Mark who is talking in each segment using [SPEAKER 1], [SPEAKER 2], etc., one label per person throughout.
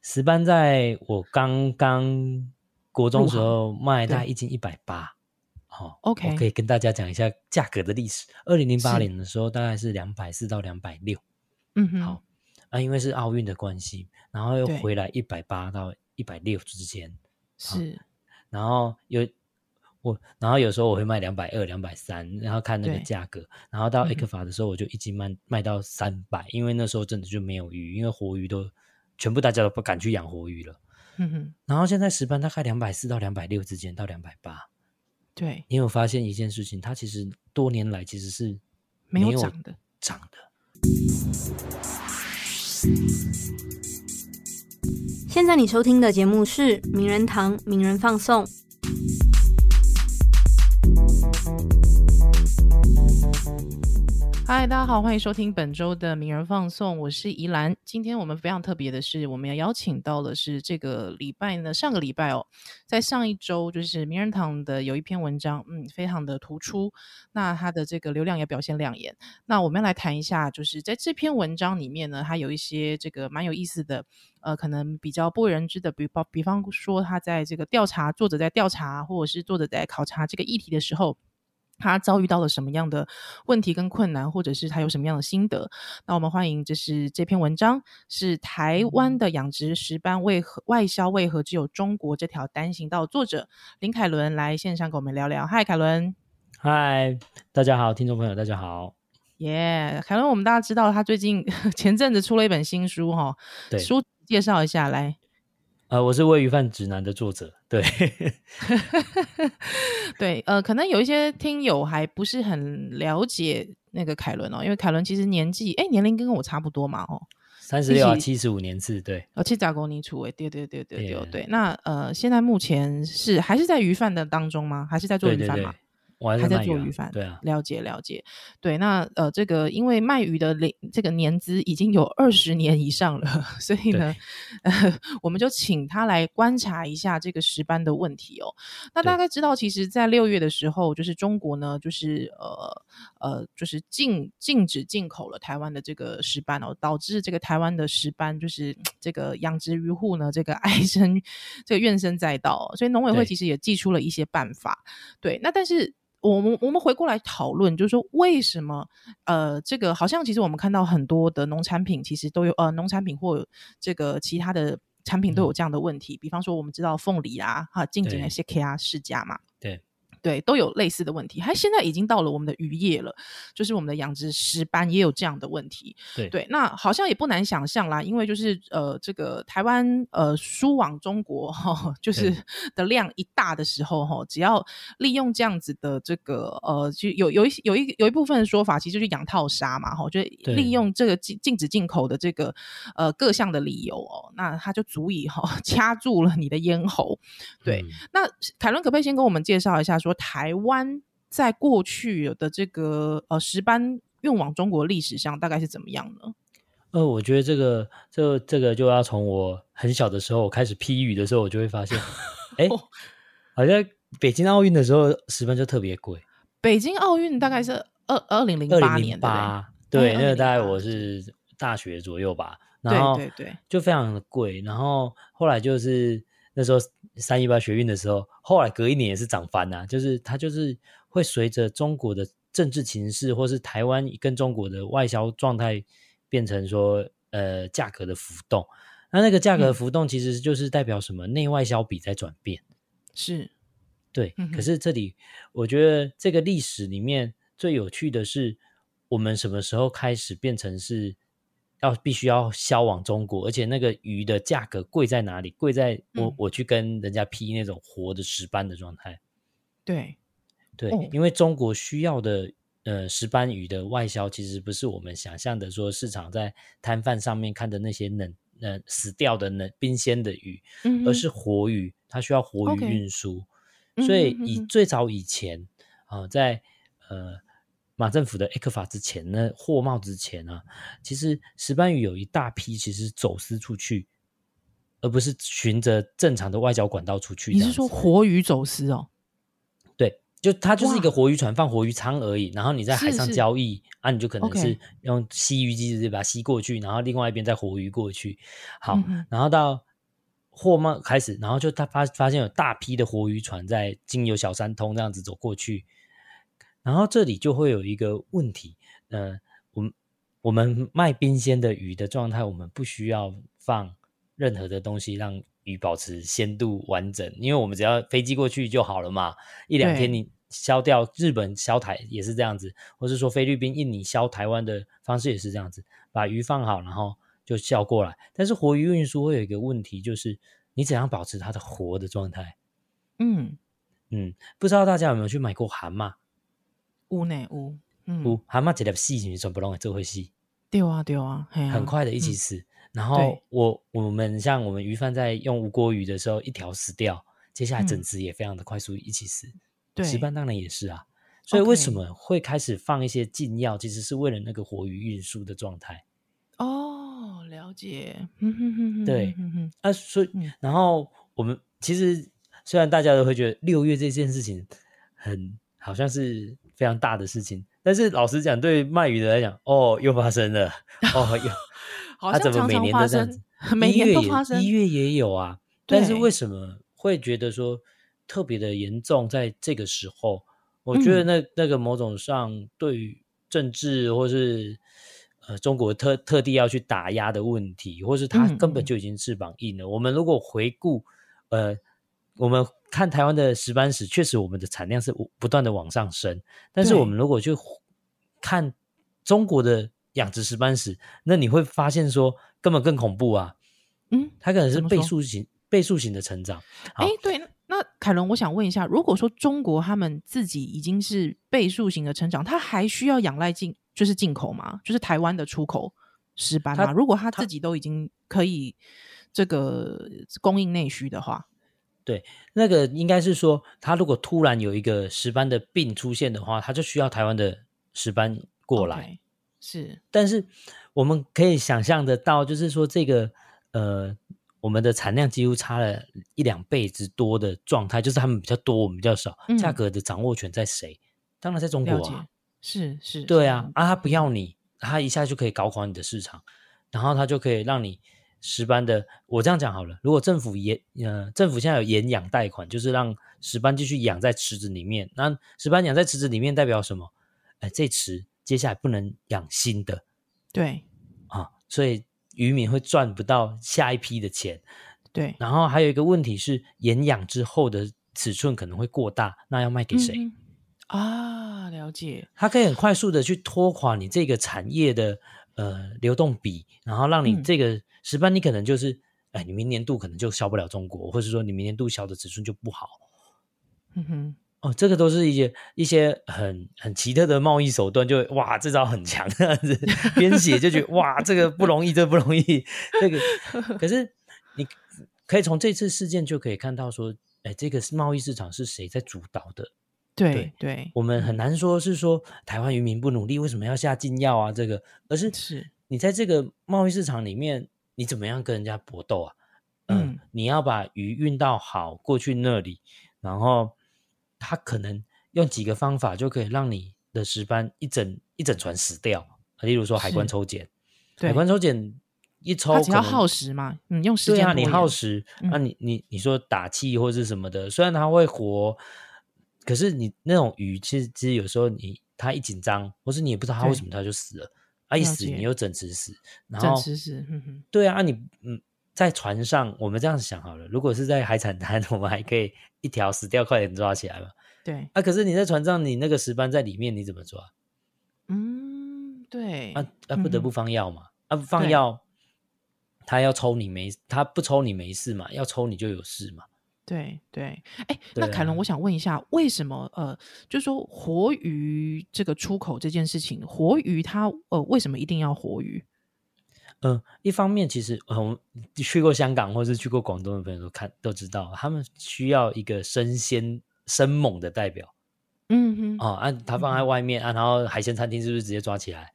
[SPEAKER 1] 石斑在我刚刚国中时候卖大概一斤一百八，哦
[SPEAKER 2] OK
[SPEAKER 1] 我可以跟大家讲一下价格的历史。二零零八
[SPEAKER 2] 是
[SPEAKER 1] 年的时候大概是两百四到两百六
[SPEAKER 2] 嗯哼，
[SPEAKER 1] 好啊，因为是奥运的关系，然后又
[SPEAKER 2] 对
[SPEAKER 1] 回来一百八到一百六之间，
[SPEAKER 2] 是，
[SPEAKER 1] 然后有我，然后有时候我会卖两百二、两百三，然后看那个
[SPEAKER 2] 对
[SPEAKER 1] 价格，然后到
[SPEAKER 2] 嗯
[SPEAKER 1] A
[SPEAKER 2] 哼
[SPEAKER 1] 克法的时候，我就一斤卖卖到三百，因为那时候真的就没有鱼，因为活鱼都全部大家都不敢去养活鱼了。
[SPEAKER 2] 嗯哼，
[SPEAKER 1] 然后现在石斑大概两百四到两百六之间，到两百八。
[SPEAKER 2] 对，
[SPEAKER 1] 你有发现一件事情，它其实多年来其实是
[SPEAKER 2] 没有
[SPEAKER 1] 有
[SPEAKER 2] 涨的，
[SPEAKER 1] 涨的。
[SPEAKER 3] 现在你收听的节目是《名人堂名人放送》，
[SPEAKER 2] 嗨，大家好，欢迎收听本周的名人放送，我是宜兰。今天我们非常特别的是，我们也邀请到的是这个礼拜呢，上个礼拜哦，在上一周就是名人堂的有一篇文章，嗯，非常的突出，那它的这个流量也表现亮眼。那我们要来谈一下，就是在这篇文章里面呢，它有一些这个蛮有意思的，呃，可能比较不为人知的，比方比方说，他在这个调查作者在调查，或者是作者在考察这个议题的时候。他遭遇到了什么样的问题跟困难，或者是他有什么样的心得？那我们欢迎，就是这篇文章是台湾的养殖石斑为何外销为何只有中国这条单行道？作者林凯伦来线上跟我们聊聊。嗨，凯伦，
[SPEAKER 1] 嗨，大家好，听众朋友，大家好。
[SPEAKER 2] 耶、凯伦，我们大家知道他最近 前阵子出了一本新书哈、
[SPEAKER 1] 对
[SPEAKER 2] 书介绍一下来。
[SPEAKER 1] 呃，我是《喂鱼饭指南》的作者，对，
[SPEAKER 2] 对，呃，可能有一些听友还不是很了解那个凯伦哦，因为凯伦其实年纪，哎，年龄跟我差不多嘛，哦，
[SPEAKER 1] 三十六啊，七十五年次，对，
[SPEAKER 2] 哦，七杂公你出诶，对对对对对
[SPEAKER 1] 对
[SPEAKER 2] 对。那呃，现在目前是还是在鱼贩的当中吗？还是在做
[SPEAKER 1] 对
[SPEAKER 2] 鱼
[SPEAKER 1] 对
[SPEAKER 2] 贩
[SPEAKER 1] 对
[SPEAKER 2] 吗？，
[SPEAKER 1] 我还
[SPEAKER 2] 还
[SPEAKER 1] 是
[SPEAKER 2] 在
[SPEAKER 1] 卖
[SPEAKER 2] 做
[SPEAKER 1] 啊
[SPEAKER 2] 鱼贩
[SPEAKER 1] 对啊，
[SPEAKER 2] 了解了解。对，那呃，这个因为卖鱼的龄这个年资已经有二十年以上了，所以呢， 呃，我们就请他来观察一下这个石斑的问题哦。那大
[SPEAKER 1] 对
[SPEAKER 2] 概知道，其实，在六月的时候，就是中国呢，就是呃呃，就是禁禁止进口了台湾的这个石斑哦，导致这个台湾的石斑就是这个养殖渔户呢，这个唉声这个怨声载道哦、所以农委
[SPEAKER 1] 对
[SPEAKER 2] 会其实也寄出了一些办法。对，那但是我们我们回过来讨论，就是说为什么呃，这个好像其实我们看到很多的农产品其实都有呃，农产品或这个其他的产品都有这样的问题，比方说我们知道凤梨啊，哈，近几年
[SPEAKER 1] 嗯对
[SPEAKER 2] C K 啊世家嘛。
[SPEAKER 1] 对
[SPEAKER 2] 对，都有类似的问题，它现在已经到了我们的渔业了，就是我们的养殖石斑也有这样的问题。
[SPEAKER 1] 对
[SPEAKER 2] 对，那好像也不难想象啦，因为就是呃，这个台湾呃输往中国哈、就是的量一大的时候哈、只要利用这样子的这个呃，就有有一些有一有一部分的说法，其实就是养套杀嘛哈、就是
[SPEAKER 1] 对
[SPEAKER 2] 利用这个禁禁止进口的这个呃各项的理由哦，那它就足以哈、 掐住了你的咽喉。对，
[SPEAKER 1] 嗯
[SPEAKER 2] 那凯伦可不可以先跟我们介绍一下，说台湾在过去的这个呃石斑运往中国历史上大概是怎么样呢？
[SPEAKER 1] 呃，我觉得这个这这个就要从我很小的时候我开始批语的时候，我就会发 现，哎、好像北京奥运的时候石斑就特别贵，
[SPEAKER 2] 北京奥运大概是二二零零
[SPEAKER 1] 二
[SPEAKER 2] 八
[SPEAKER 1] 零
[SPEAKER 2] 年
[SPEAKER 1] 零
[SPEAKER 2] 对不对
[SPEAKER 1] 八，对，
[SPEAKER 2] 嗯
[SPEAKER 1] 那个大概
[SPEAKER 2] 2008
[SPEAKER 1] 我是大学左右吧，
[SPEAKER 2] 对
[SPEAKER 1] 然后
[SPEAKER 2] 对对
[SPEAKER 1] 就非常的贵，然后后来就是那时候三一八学运的时候，后来隔一年也是涨翻啊，就是它就是会随着中国的政治情势，或是台湾跟中国的外销状态变成说呃价格的浮动，那那个价格
[SPEAKER 2] 嗯
[SPEAKER 1] 的浮动其实就是代表什么？内外销比在转变。
[SPEAKER 2] 是
[SPEAKER 1] 对
[SPEAKER 2] 嗯，
[SPEAKER 1] 可
[SPEAKER 2] 哼
[SPEAKER 1] 是这里我觉得这个历史里面最有趣的是，我们什么时候开始变成是要必须要销往中国，而且那个鱼的价格贵在哪里？贵在我、
[SPEAKER 2] 嗯
[SPEAKER 1] 我去跟人家批那种活的石斑的状态。
[SPEAKER 2] 对
[SPEAKER 1] 对，
[SPEAKER 2] 哦
[SPEAKER 1] 因为中国需要的呃石斑鱼的外销，其实不是我们想象的说市场在摊贩上面看的那些冷呃死掉的冷冰鲜的鱼，
[SPEAKER 2] 嗯
[SPEAKER 1] 而
[SPEAKER 2] 哼
[SPEAKER 1] 是活鱼，它需要活鱼
[SPEAKER 2] OK
[SPEAKER 1] 运输。
[SPEAKER 2] 嗯
[SPEAKER 1] 所以
[SPEAKER 2] 哼嗯
[SPEAKER 1] 以
[SPEAKER 2] 哼
[SPEAKER 1] 最早以前啊、呃在呃马政府的 A 克法之前呢，那货贸之前啊，其实石斑鱼有一大批其实走私出去，而不是循着正常的外交管道出去。
[SPEAKER 2] 你
[SPEAKER 1] 这
[SPEAKER 2] 是
[SPEAKER 1] 样
[SPEAKER 2] 说
[SPEAKER 1] 子
[SPEAKER 2] 活鱼走私哦？
[SPEAKER 1] 对，就它就是一
[SPEAKER 2] 哇
[SPEAKER 1] 个活鱼船放活鱼仓而已，然后你在海
[SPEAKER 2] 是
[SPEAKER 1] 上
[SPEAKER 2] 是
[SPEAKER 1] 交易啊，你就可能
[SPEAKER 2] OK
[SPEAKER 1] 是用吸鱼机直接把它吸过去，然后另外一边再活鱼过去。好，
[SPEAKER 2] 嗯哼
[SPEAKER 1] 然后到货贸开始，然后就他发发现有大批的活鱼船在经由小三通这样子走过去，然后这里就会有一个问题，呃，我们我们卖冰鲜的鱼的状态，我们不需要放任何的东西让鱼保持鲜度完整，因为我们只要飞机过去就好了嘛，一两天
[SPEAKER 2] 对
[SPEAKER 1] 你消掉日本消台也是这样子，或是说菲律宾、印尼消台湾的方式也是这样子，把鱼放好，然后就消过来。但是活鱼运输会有一个问题，就是你怎样保持它的活的状态？
[SPEAKER 2] 嗯，
[SPEAKER 1] 嗯，不知道大家有没有去买过蛤蟆？
[SPEAKER 2] 屋内屋，嗯，
[SPEAKER 1] 不，蛤蟆这条细你算不弄这会细。
[SPEAKER 2] 对啊对啊，嘿啊
[SPEAKER 1] 很快的一起
[SPEAKER 2] 嗯
[SPEAKER 1] 死。然
[SPEAKER 2] 对
[SPEAKER 1] 后我我们像我们鱼贩在用无锅鱼的时候，一条死掉，接下来整
[SPEAKER 2] 嗯
[SPEAKER 1] 只也非常的快速一起死。
[SPEAKER 2] 对
[SPEAKER 1] 石斑当然也是啊。所以为什
[SPEAKER 2] OK
[SPEAKER 1] 么会开始放一些禁药？其实是为了那个活鱼运输的状态
[SPEAKER 2] 哦，了解，嗯哼哼哼，
[SPEAKER 1] 对
[SPEAKER 2] 哼哼哼
[SPEAKER 1] 啊。所以
[SPEAKER 2] 嗯，
[SPEAKER 1] 然后我们其实虽然大家都会觉得六月这件事情很好像是非常大的事情，但是老实讲，对卖鱼的来讲，哦，又发生了，哦， 又
[SPEAKER 2] 好
[SPEAKER 1] 啊
[SPEAKER 2] 像
[SPEAKER 1] 怎么
[SPEAKER 2] 常
[SPEAKER 1] 每
[SPEAKER 2] 常
[SPEAKER 1] 年
[SPEAKER 2] 发
[SPEAKER 1] 都这样
[SPEAKER 2] 生，每
[SPEAKER 1] 一月
[SPEAKER 2] 年都
[SPEAKER 1] 也
[SPEAKER 2] 发生
[SPEAKER 1] 一，月也有啊，但是
[SPEAKER 2] 对
[SPEAKER 1] 为什么会觉得说特别的严重？在这个时候，我觉
[SPEAKER 2] 嗯
[SPEAKER 1] 得那、那个某种上对于政治或是呃中国特特地要去打压的问题，或是他
[SPEAKER 2] 嗯
[SPEAKER 1] 根本
[SPEAKER 2] 嗯
[SPEAKER 1] 就已经翅膀硬了。我们如果回顾，呃，我们看台湾的石斑史，确实我们的产量是不不断的往上升，但是
[SPEAKER 2] 对
[SPEAKER 1] 我们如果去看中国的养殖石斑史，那你会发现说根本更恐怖啊！
[SPEAKER 2] 嗯，
[SPEAKER 1] 它可能是
[SPEAKER 2] 怎么
[SPEAKER 1] 倍
[SPEAKER 2] 说
[SPEAKER 1] 数型倍数型的成长。好
[SPEAKER 2] 哎，对，那那凯伦，我想问一下，如果说中国他们自己已经是倍数型的成长，它还需要仰赖进就是进口吗？就是台湾的出口石斑
[SPEAKER 1] 它
[SPEAKER 2] 吗？如果他
[SPEAKER 1] 它
[SPEAKER 2] 自己都已经可以这个供应内需的话，
[SPEAKER 1] 那个应该是说，它如果突然有一个石斑的病出现的话，它就需要台湾的石斑过来。
[SPEAKER 2] OK，是
[SPEAKER 1] 但是我们可以想象得到，就是说这个呃，我们的产量几乎差了一两倍之多的状态，就是他们比较多，我们比较少，
[SPEAKER 2] 嗯
[SPEAKER 1] 价格的掌握权在谁？当然在中国
[SPEAKER 2] 了
[SPEAKER 1] 啊。
[SPEAKER 2] 解，是是，
[SPEAKER 1] 对
[SPEAKER 2] 是
[SPEAKER 1] 啊，，啊，他不要你，他一下就可以搞垮你的市场，然后他就可以让你石斑的，我这样讲好了，如果政府延，呃，政府现在有延养贷款，就是让石斑继续养在池子里面。那石斑养在池子里面代表什么？哎，这池接下来不能养新的
[SPEAKER 2] 对
[SPEAKER 1] 啊，所以渔民会赚不到下一批的钱。
[SPEAKER 2] 对，
[SPEAKER 1] 然后还有一个问题是，延养之后的尺寸可能会过大，那要卖给谁？
[SPEAKER 2] 嗯哼啊？了解，
[SPEAKER 1] 它可以很快速的去拖垮你这个产业的呃流动比，然后让你
[SPEAKER 2] 嗯
[SPEAKER 1] 这个石斑你可能就是，哎，你明年度可能就销不了中国，或者说你明年度销的尺寸就不好
[SPEAKER 2] 嗯哼，
[SPEAKER 1] 哦，这个都是一些一些很很奇特的贸易手段，就哇这招很强这样子编写就觉得哇这个不容易，这个不容易， 这个可是你可以从这次事件就可以看到说，哎，这个贸易市场是谁在主导的？
[SPEAKER 2] 对对，
[SPEAKER 1] 我们很难说是说台湾渔民不努力，为什么要下禁药啊？这个，而是
[SPEAKER 2] 是
[SPEAKER 1] 你在这个贸易市场里面，你怎么样跟人家搏斗啊？
[SPEAKER 2] 嗯
[SPEAKER 1] 嗯，你要把鱼运到好过去那里，然后他可能用几个方法就可以让你的石斑一整一整船死掉，例如说海关
[SPEAKER 2] 是
[SPEAKER 1] 抽检，海
[SPEAKER 2] 对，
[SPEAKER 1] 关抽检一抽
[SPEAKER 2] 他只要
[SPEAKER 1] 可能
[SPEAKER 2] 耗时嘛，嗯，用时
[SPEAKER 1] 对
[SPEAKER 2] 间
[SPEAKER 1] 啊，你
[SPEAKER 2] 拖
[SPEAKER 1] 耗
[SPEAKER 2] 延
[SPEAKER 1] 时，那、
[SPEAKER 2] 嗯
[SPEAKER 1] 你你你说打气或是什么的，虽然它会活，可是你那种鱼，其实其实有时候你它一紧张，或是你也不知道它为
[SPEAKER 2] 对
[SPEAKER 1] 什么它就死了，啊一
[SPEAKER 2] 了
[SPEAKER 1] 死
[SPEAKER 2] 解
[SPEAKER 1] 你又整池死，然
[SPEAKER 2] 整
[SPEAKER 1] 后
[SPEAKER 2] 池死嗯哼
[SPEAKER 1] 对啊，啊你嗯在船上，我们这样想好了，如果是在海产摊， 我们还可以一条死掉快点抓起来嘛，
[SPEAKER 2] 对，
[SPEAKER 1] 啊可是你在船上，你那个石斑在里面，你怎么抓？
[SPEAKER 2] 嗯，对，
[SPEAKER 1] 啊啊，不得
[SPEAKER 2] 嗯
[SPEAKER 1] 不
[SPEAKER 2] 哼
[SPEAKER 1] 放药嘛，啊放
[SPEAKER 2] 对
[SPEAKER 1] 药。他要抽你没，他不抽你没事嘛，要抽你就有事嘛。
[SPEAKER 2] 对对，哎，那
[SPEAKER 1] 对
[SPEAKER 2] 凯伦，
[SPEAKER 1] 啊
[SPEAKER 2] 我想问一下，为什么呃，就是说活鱼这个出口这件事情，活鱼它呃为什么一定要活鱼？
[SPEAKER 1] 嗯，一方面其实，呃我们去过香港或是去过广东的朋友都看都知道，他们需要一个生鲜生猛的代表
[SPEAKER 2] 嗯哼，
[SPEAKER 1] 哦，啊，他放在外面啊，然后海鲜餐厅是不是直接抓起来？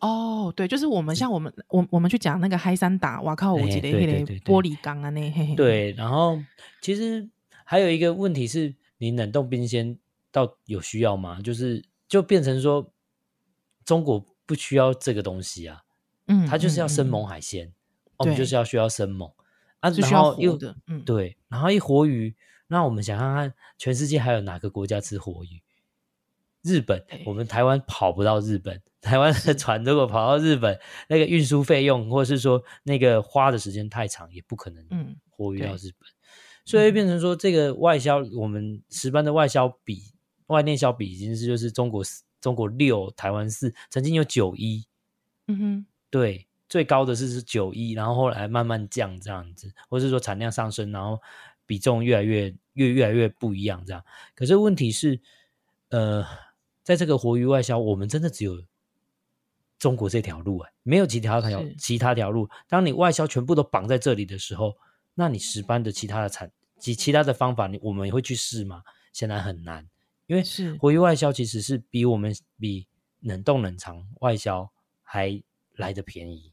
[SPEAKER 2] 哦，对，就是我们像我们我我们去讲那个嗨三打，哇靠，我
[SPEAKER 1] 嗯哎
[SPEAKER 2] 记得
[SPEAKER 1] 对
[SPEAKER 2] 那
[SPEAKER 1] 对
[SPEAKER 2] 个
[SPEAKER 1] 对对
[SPEAKER 2] 玻璃缸啊，那嘿嘿，
[SPEAKER 1] 对，然后其实还有一个问题是，你冷冻冰鲜到有需要吗？就是就变成说，中国不需要这个东西啊，
[SPEAKER 2] 嗯，嗯，
[SPEAKER 1] 它就是要生
[SPEAKER 2] 嗯
[SPEAKER 1] 猛，海鲜，我们就
[SPEAKER 2] 对
[SPEAKER 1] 是要需要生猛。啊，
[SPEAKER 2] 是需
[SPEAKER 1] 然
[SPEAKER 2] 要
[SPEAKER 1] 后又
[SPEAKER 2] 活的，嗯，
[SPEAKER 1] 对，然后一活鱼，那我们想看看全世界还有哪个国家吃活鱼？日本
[SPEAKER 2] 对，
[SPEAKER 1] 我们台湾跑不到日本， 台湾的船如果跑到日本，那个运输费用或是说那个花的时间太长，也不可能
[SPEAKER 2] 嗯，
[SPEAKER 1] 活鱼到
[SPEAKER 2] 对嗯
[SPEAKER 1] 日本，所以变成说这个外销，我们石斑的外销比外内销比已经是就是中国四中国六，台湾四，曾经有九一，
[SPEAKER 2] 嗯哼，
[SPEAKER 1] 对，最高的是是九一，然后后来慢慢降这样子，或是说产量上升，然后比重越来越越越来越不一样这样。可是问题是，呃，在这个活鱼外销，我们真的只有中国这条路哎、没有其他条
[SPEAKER 2] 是
[SPEAKER 1] 其他条路。当你外销全部都绑在这里的时候，那你石斑的其他的产其其他的方法，你我们也会去试吗？显然很难，因为
[SPEAKER 2] 嗯是
[SPEAKER 1] 活鱼外销其实是比我们比冷冻冷藏外销还来的便宜。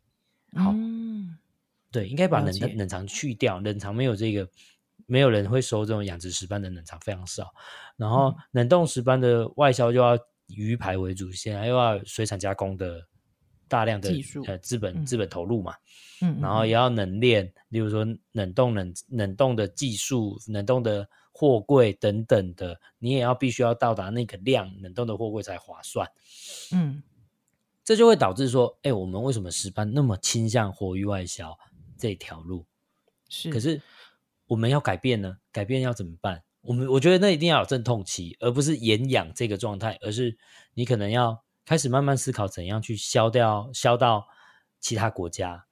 [SPEAKER 1] 好
[SPEAKER 2] 嗯
[SPEAKER 1] 对，应该把
[SPEAKER 2] 了
[SPEAKER 1] 冷
[SPEAKER 2] 解
[SPEAKER 1] 冷藏去掉，冷藏没有这个，没有人会收这种养殖石斑的冷藏，非常少。然
[SPEAKER 2] 嗯
[SPEAKER 1] 后冷冻石斑的外销就要以鱼排为主线，又要水产加工的大量的
[SPEAKER 2] 技术
[SPEAKER 1] 呃资本
[SPEAKER 2] 嗯
[SPEAKER 1] 资本投入嘛，
[SPEAKER 2] 嗯，
[SPEAKER 1] 然后
[SPEAKER 2] 嗯
[SPEAKER 1] 也要冷链，例如说冷冻冷冷冻的技术、冷冻的货柜等等的，你也要必须要到达那个量，冷冻的货柜才划算。
[SPEAKER 2] 嗯
[SPEAKER 1] 这就会导致说，哎，我们为什么石斑那么倾向活鱼外销这条路？
[SPEAKER 2] 是，
[SPEAKER 1] 可是我们要改变呢，改变要怎么办？我们我觉得那一定要有阵痛期，而不是延养这个状态，而是你可能要开始慢慢思考怎样去销掉、销到其他国家，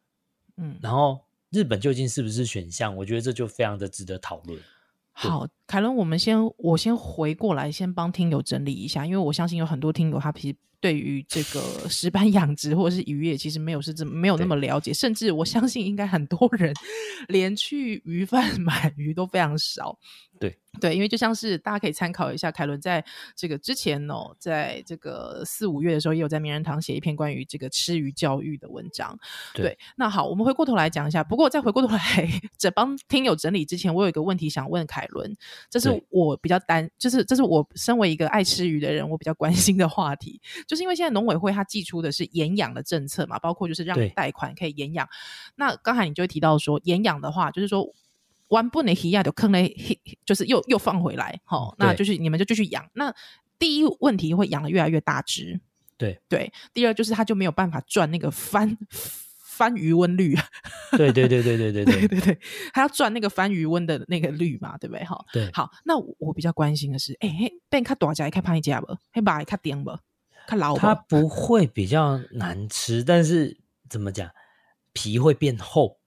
[SPEAKER 2] 嗯，
[SPEAKER 1] 然后日本究竟是不是选项？我觉得这就非常的值得讨论。
[SPEAKER 2] 好，凯伦，我们先我先回过来，先帮听友整理一下，因为我相信有很多听友他其实对于这个石斑养殖或者是渔业其实没有是这么没有那
[SPEAKER 1] 对
[SPEAKER 2] 么了解，甚至我相信应该很多人 连去鱼贩买鱼都非常少。
[SPEAKER 1] 对
[SPEAKER 2] 对，因为就像是大家可以参考一下，凯伦在这个之前哦，在这个四五月的时候，也有在名人堂写一篇关于这个吃鱼教育的文章。
[SPEAKER 1] 对
[SPEAKER 2] 对，那好，我们回过头来讲一下。不过在回过头来整帮听友整理之前，我有一个问题想问凯伦，这是
[SPEAKER 1] 对
[SPEAKER 2] 我比较担，就是这是我身为一个爱吃鱼的人，我比较关心的话题，就是因为现在农委会它寄出的是延养的政策嘛，包括就是让
[SPEAKER 1] 对
[SPEAKER 2] 贷款可以延养。那刚才你就会提到说，延养的话，就是说。完不能提亚就坑嘞，就是又又放回来，好、
[SPEAKER 1] 嗯对
[SPEAKER 2] 那就是你们就继续养。那第一问题会养的越来越大只，
[SPEAKER 1] 对
[SPEAKER 2] 对。第二就是它就没有办法赚那个翻翻余温率，
[SPEAKER 1] 对对对对对对
[SPEAKER 2] 对
[SPEAKER 1] 对
[SPEAKER 2] 对对，还要赚那个翻余温的那个率嘛，对不对？哈，
[SPEAKER 1] 对，
[SPEAKER 2] 好，那我我比较关心的是，哎、嘿，变较大只，看胖一只不？嘿，把较点不？较老
[SPEAKER 1] 它
[SPEAKER 2] 不？
[SPEAKER 1] 不会比较难吃，但是怎么讲，皮会变厚。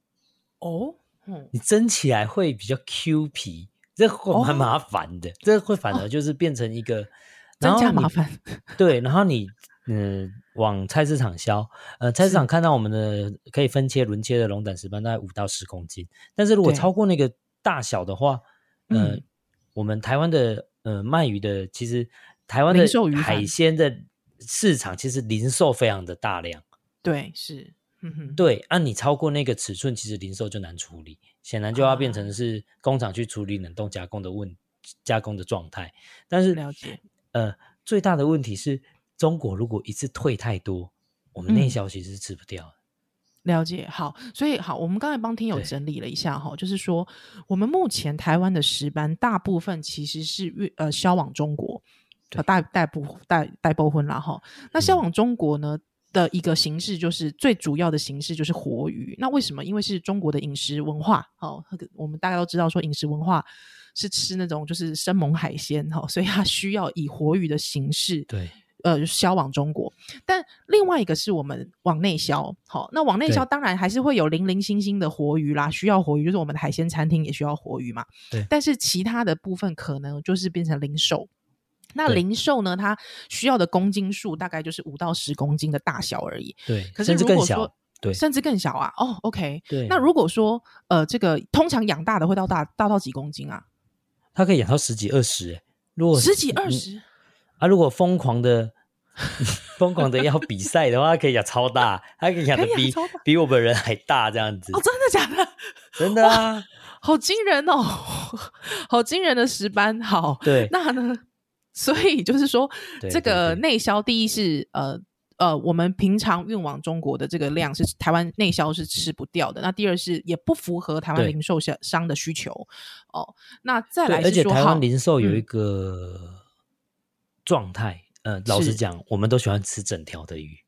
[SPEAKER 2] 哦，嗯，
[SPEAKER 1] 你蒸起来会比较 Q 皮，这会
[SPEAKER 2] 哦
[SPEAKER 1] 蛮麻烦的，这会反而就是变成一个、然
[SPEAKER 2] 增
[SPEAKER 1] 后
[SPEAKER 2] 加
[SPEAKER 1] 你
[SPEAKER 2] 麻。烦，
[SPEAKER 1] 对，然后你嗯、往菜市场销，呃，菜市
[SPEAKER 2] 是
[SPEAKER 1] 场看到我们的可以分切轮切的龙胆石斑大概五到十公斤，但是如果
[SPEAKER 2] 对
[SPEAKER 1] 超过那个大小的话，呃，
[SPEAKER 2] 嗯
[SPEAKER 1] 我们台湾的呃卖鱼的其实台湾的
[SPEAKER 2] 零售鱼贩
[SPEAKER 1] 海鲜的市场其实零售非常的大量。
[SPEAKER 2] 对，是，嗯哼，
[SPEAKER 1] 对，啊按、你超过那个尺寸，其实零售就难处理，显然就要变
[SPEAKER 2] 哦
[SPEAKER 1] 成是工厂去处理冷冻加工的问加工的状态。但是
[SPEAKER 2] 了解，
[SPEAKER 1] 呃，最大的问题是中国如果一次退太多，我们内
[SPEAKER 2] 嗯
[SPEAKER 1] 销其实是吃不掉的。
[SPEAKER 2] 了解，好，所以好，我们刚才帮听友
[SPEAKER 1] 对
[SPEAKER 2] 整理了一下哈，就是说我们目前台湾的石斑大部分其实是运呃销往中国，
[SPEAKER 1] 对
[SPEAKER 2] 呃大大部大大部分啦哈。那销
[SPEAKER 1] 嗯
[SPEAKER 2] 往中国呢？的一个形式就是最主要的形式就是活鱼。那为什么？因为是中国的饮食文化哦，那个我们大家都知道说饮食文化是吃那种就是生猛海鲜哈、哦，所以它需要以活鱼的形式
[SPEAKER 1] 对
[SPEAKER 2] 呃销往中国，但另外一个是我们往内销。好，那往内销
[SPEAKER 1] 对
[SPEAKER 2] 当然还是会有零零星星的活鱼啦，需要活鱼，就是我们的海鲜餐厅也需要活鱼嘛。
[SPEAKER 1] 对
[SPEAKER 2] 但是其他的部分可能就是变成零售。那
[SPEAKER 1] 对
[SPEAKER 2] 零售呢，它需要的公斤数大概就是五到十公斤的大小而已，
[SPEAKER 1] 对，
[SPEAKER 2] 可是
[SPEAKER 1] 甚至
[SPEAKER 2] 如
[SPEAKER 1] 更
[SPEAKER 2] 果
[SPEAKER 1] 小
[SPEAKER 2] 说。
[SPEAKER 1] 对
[SPEAKER 2] 甚至更小啊。哦，OK。
[SPEAKER 1] 对，
[SPEAKER 2] 那如果说呃，这个通常养大的会到大大到几公斤啊？
[SPEAKER 1] 它可以养到十几二十、欸，如果
[SPEAKER 2] 十几
[SPEAKER 1] 嗯
[SPEAKER 2] 二十？
[SPEAKER 1] 啊，如果疯狂的疯狂的要比赛的话，它可以养超大，它可以养
[SPEAKER 2] 可
[SPEAKER 1] 的
[SPEAKER 2] 以养
[SPEAKER 1] 比
[SPEAKER 2] 超大
[SPEAKER 1] 比我们人还大这样子
[SPEAKER 2] 哦，，真的假的？
[SPEAKER 1] 真的啊，
[SPEAKER 2] 好惊人哦， 好惊人的石斑。好，
[SPEAKER 1] 对。
[SPEAKER 2] 那呢？所以就是说，
[SPEAKER 1] 对
[SPEAKER 2] 这
[SPEAKER 1] 对
[SPEAKER 2] 个
[SPEAKER 1] 对
[SPEAKER 2] 内销，第一是呃呃，我们平常运往中国的这个量是台湾内销是吃不掉的。那第二是也不符合台湾
[SPEAKER 1] 对
[SPEAKER 2] 零售商商的需求哦。那再
[SPEAKER 1] 对，
[SPEAKER 2] 来
[SPEAKER 1] 而
[SPEAKER 2] 是
[SPEAKER 1] 且
[SPEAKER 2] 说，
[SPEAKER 1] 台
[SPEAKER 2] 好
[SPEAKER 1] 湾零售有
[SPEAKER 2] 嗯
[SPEAKER 1] 一个状态，呃，老
[SPEAKER 2] 是
[SPEAKER 1] 实讲，我们都喜欢吃整条的鱼，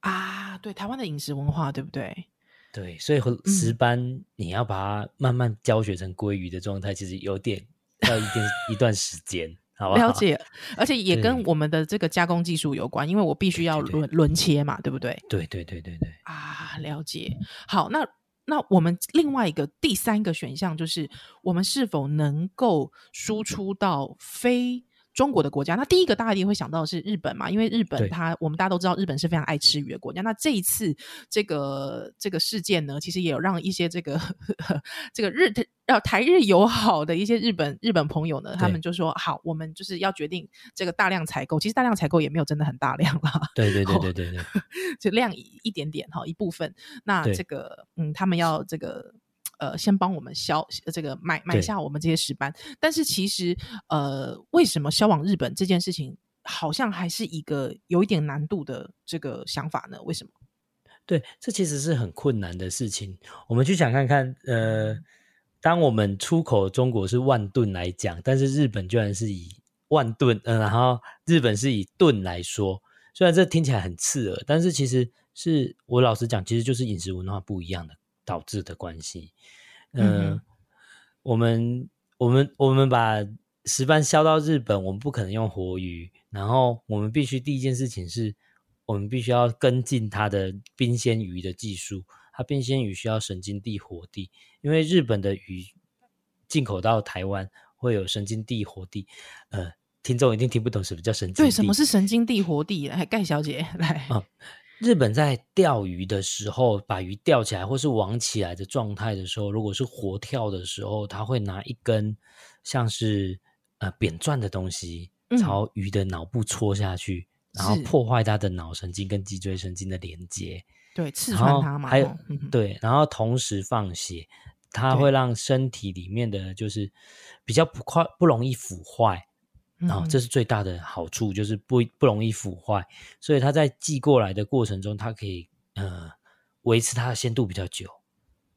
[SPEAKER 2] 啊，对台湾的饮食文化，对不对？
[SPEAKER 1] 对，所以会石
[SPEAKER 2] 嗯
[SPEAKER 1] 斑你要把它慢慢教学成鲑鱼的状态，其实有点要一定一段时间，好不好？
[SPEAKER 2] 了，解，而且也跟
[SPEAKER 1] 啊对
[SPEAKER 2] 我们的这个加工技术有关，因为我必须要
[SPEAKER 1] 对对
[SPEAKER 2] 轮轮切嘛，对不对？
[SPEAKER 1] 对对对对对，
[SPEAKER 2] 啊，了解。好，那那我们另外一个第三个选项就是，我们是否能够输出到非中国的国家？那第一个大家一定会想到的是日本嘛，因为日本
[SPEAKER 1] 对
[SPEAKER 2] 它我们大家都知道，日本是非常爱吃鱼的国家。那这一次这个这个事件呢，其实也有让一些这个 这个日呃台日友好的一些日本日本朋友呢，他
[SPEAKER 1] 对
[SPEAKER 2] 们就说好，我们就是要决定这个大量采购。其实大量采购也没有真的很大量啦，
[SPEAKER 1] 对对对
[SPEAKER 2] 好
[SPEAKER 1] 对对 对，
[SPEAKER 2] 就量一一点点哈，一部分。那
[SPEAKER 1] 对
[SPEAKER 2] 这个嗯，他们要这个呃，先帮我们销呃这个买买
[SPEAKER 1] 对
[SPEAKER 2] 下我们这些石斑。但是其实呃，为什么销往日本这件事情，好像还是一个有一点难度的这个想法呢？为什么？
[SPEAKER 1] 对，这其实是很困难的事情。我们去想看看，呃，当我们出口中国是万吨来讲，但是日本居然是以万吨，嗯、然后日本是以吨来说，虽然这听起来很刺耳，但是其实是我老实讲，其实就是饮食文化不一样的导致的关系。
[SPEAKER 2] 嗯
[SPEAKER 1] 嗯、
[SPEAKER 2] 哼
[SPEAKER 1] 我们我们我们把石斑销到日本，我们不可能用活鱼，然后我们必须第一件事情是，我们必须要跟进它的冰鲜鱼的技术。它冰鲜鱼需要神经地活地，因为日本的鱼进口到台湾会有神经地活地。呃，听众一定听不懂什么叫神经地。
[SPEAKER 2] 对，什么是神经地活地？来，盖小姐来。
[SPEAKER 1] 啊日本在钓鱼的时候，把鱼钓起来或是网起来的状态的时候，如果是活跳的时候，他会拿一根像是呃扁钻的东西
[SPEAKER 2] 嗯
[SPEAKER 1] 朝鱼的脑部戳下去，然后
[SPEAKER 2] 是
[SPEAKER 1] 破坏它的脑神经跟脊椎神经的连接，
[SPEAKER 2] 对，刺
[SPEAKER 1] 然
[SPEAKER 2] 穿
[SPEAKER 1] 后
[SPEAKER 2] 它嘛。
[SPEAKER 1] 还有
[SPEAKER 2] 吼嗯哼
[SPEAKER 1] 对，然后同时放血，它
[SPEAKER 2] 对
[SPEAKER 1] 会让身体里面的就是比较不快不容易腐坏，
[SPEAKER 2] 嗯
[SPEAKER 1] 啊、
[SPEAKER 2] 哼
[SPEAKER 1] 这是最大的好处，就是不不容易腐坏，所以它在寄过来的过程中，它可以呃维持它的鲜度比较久。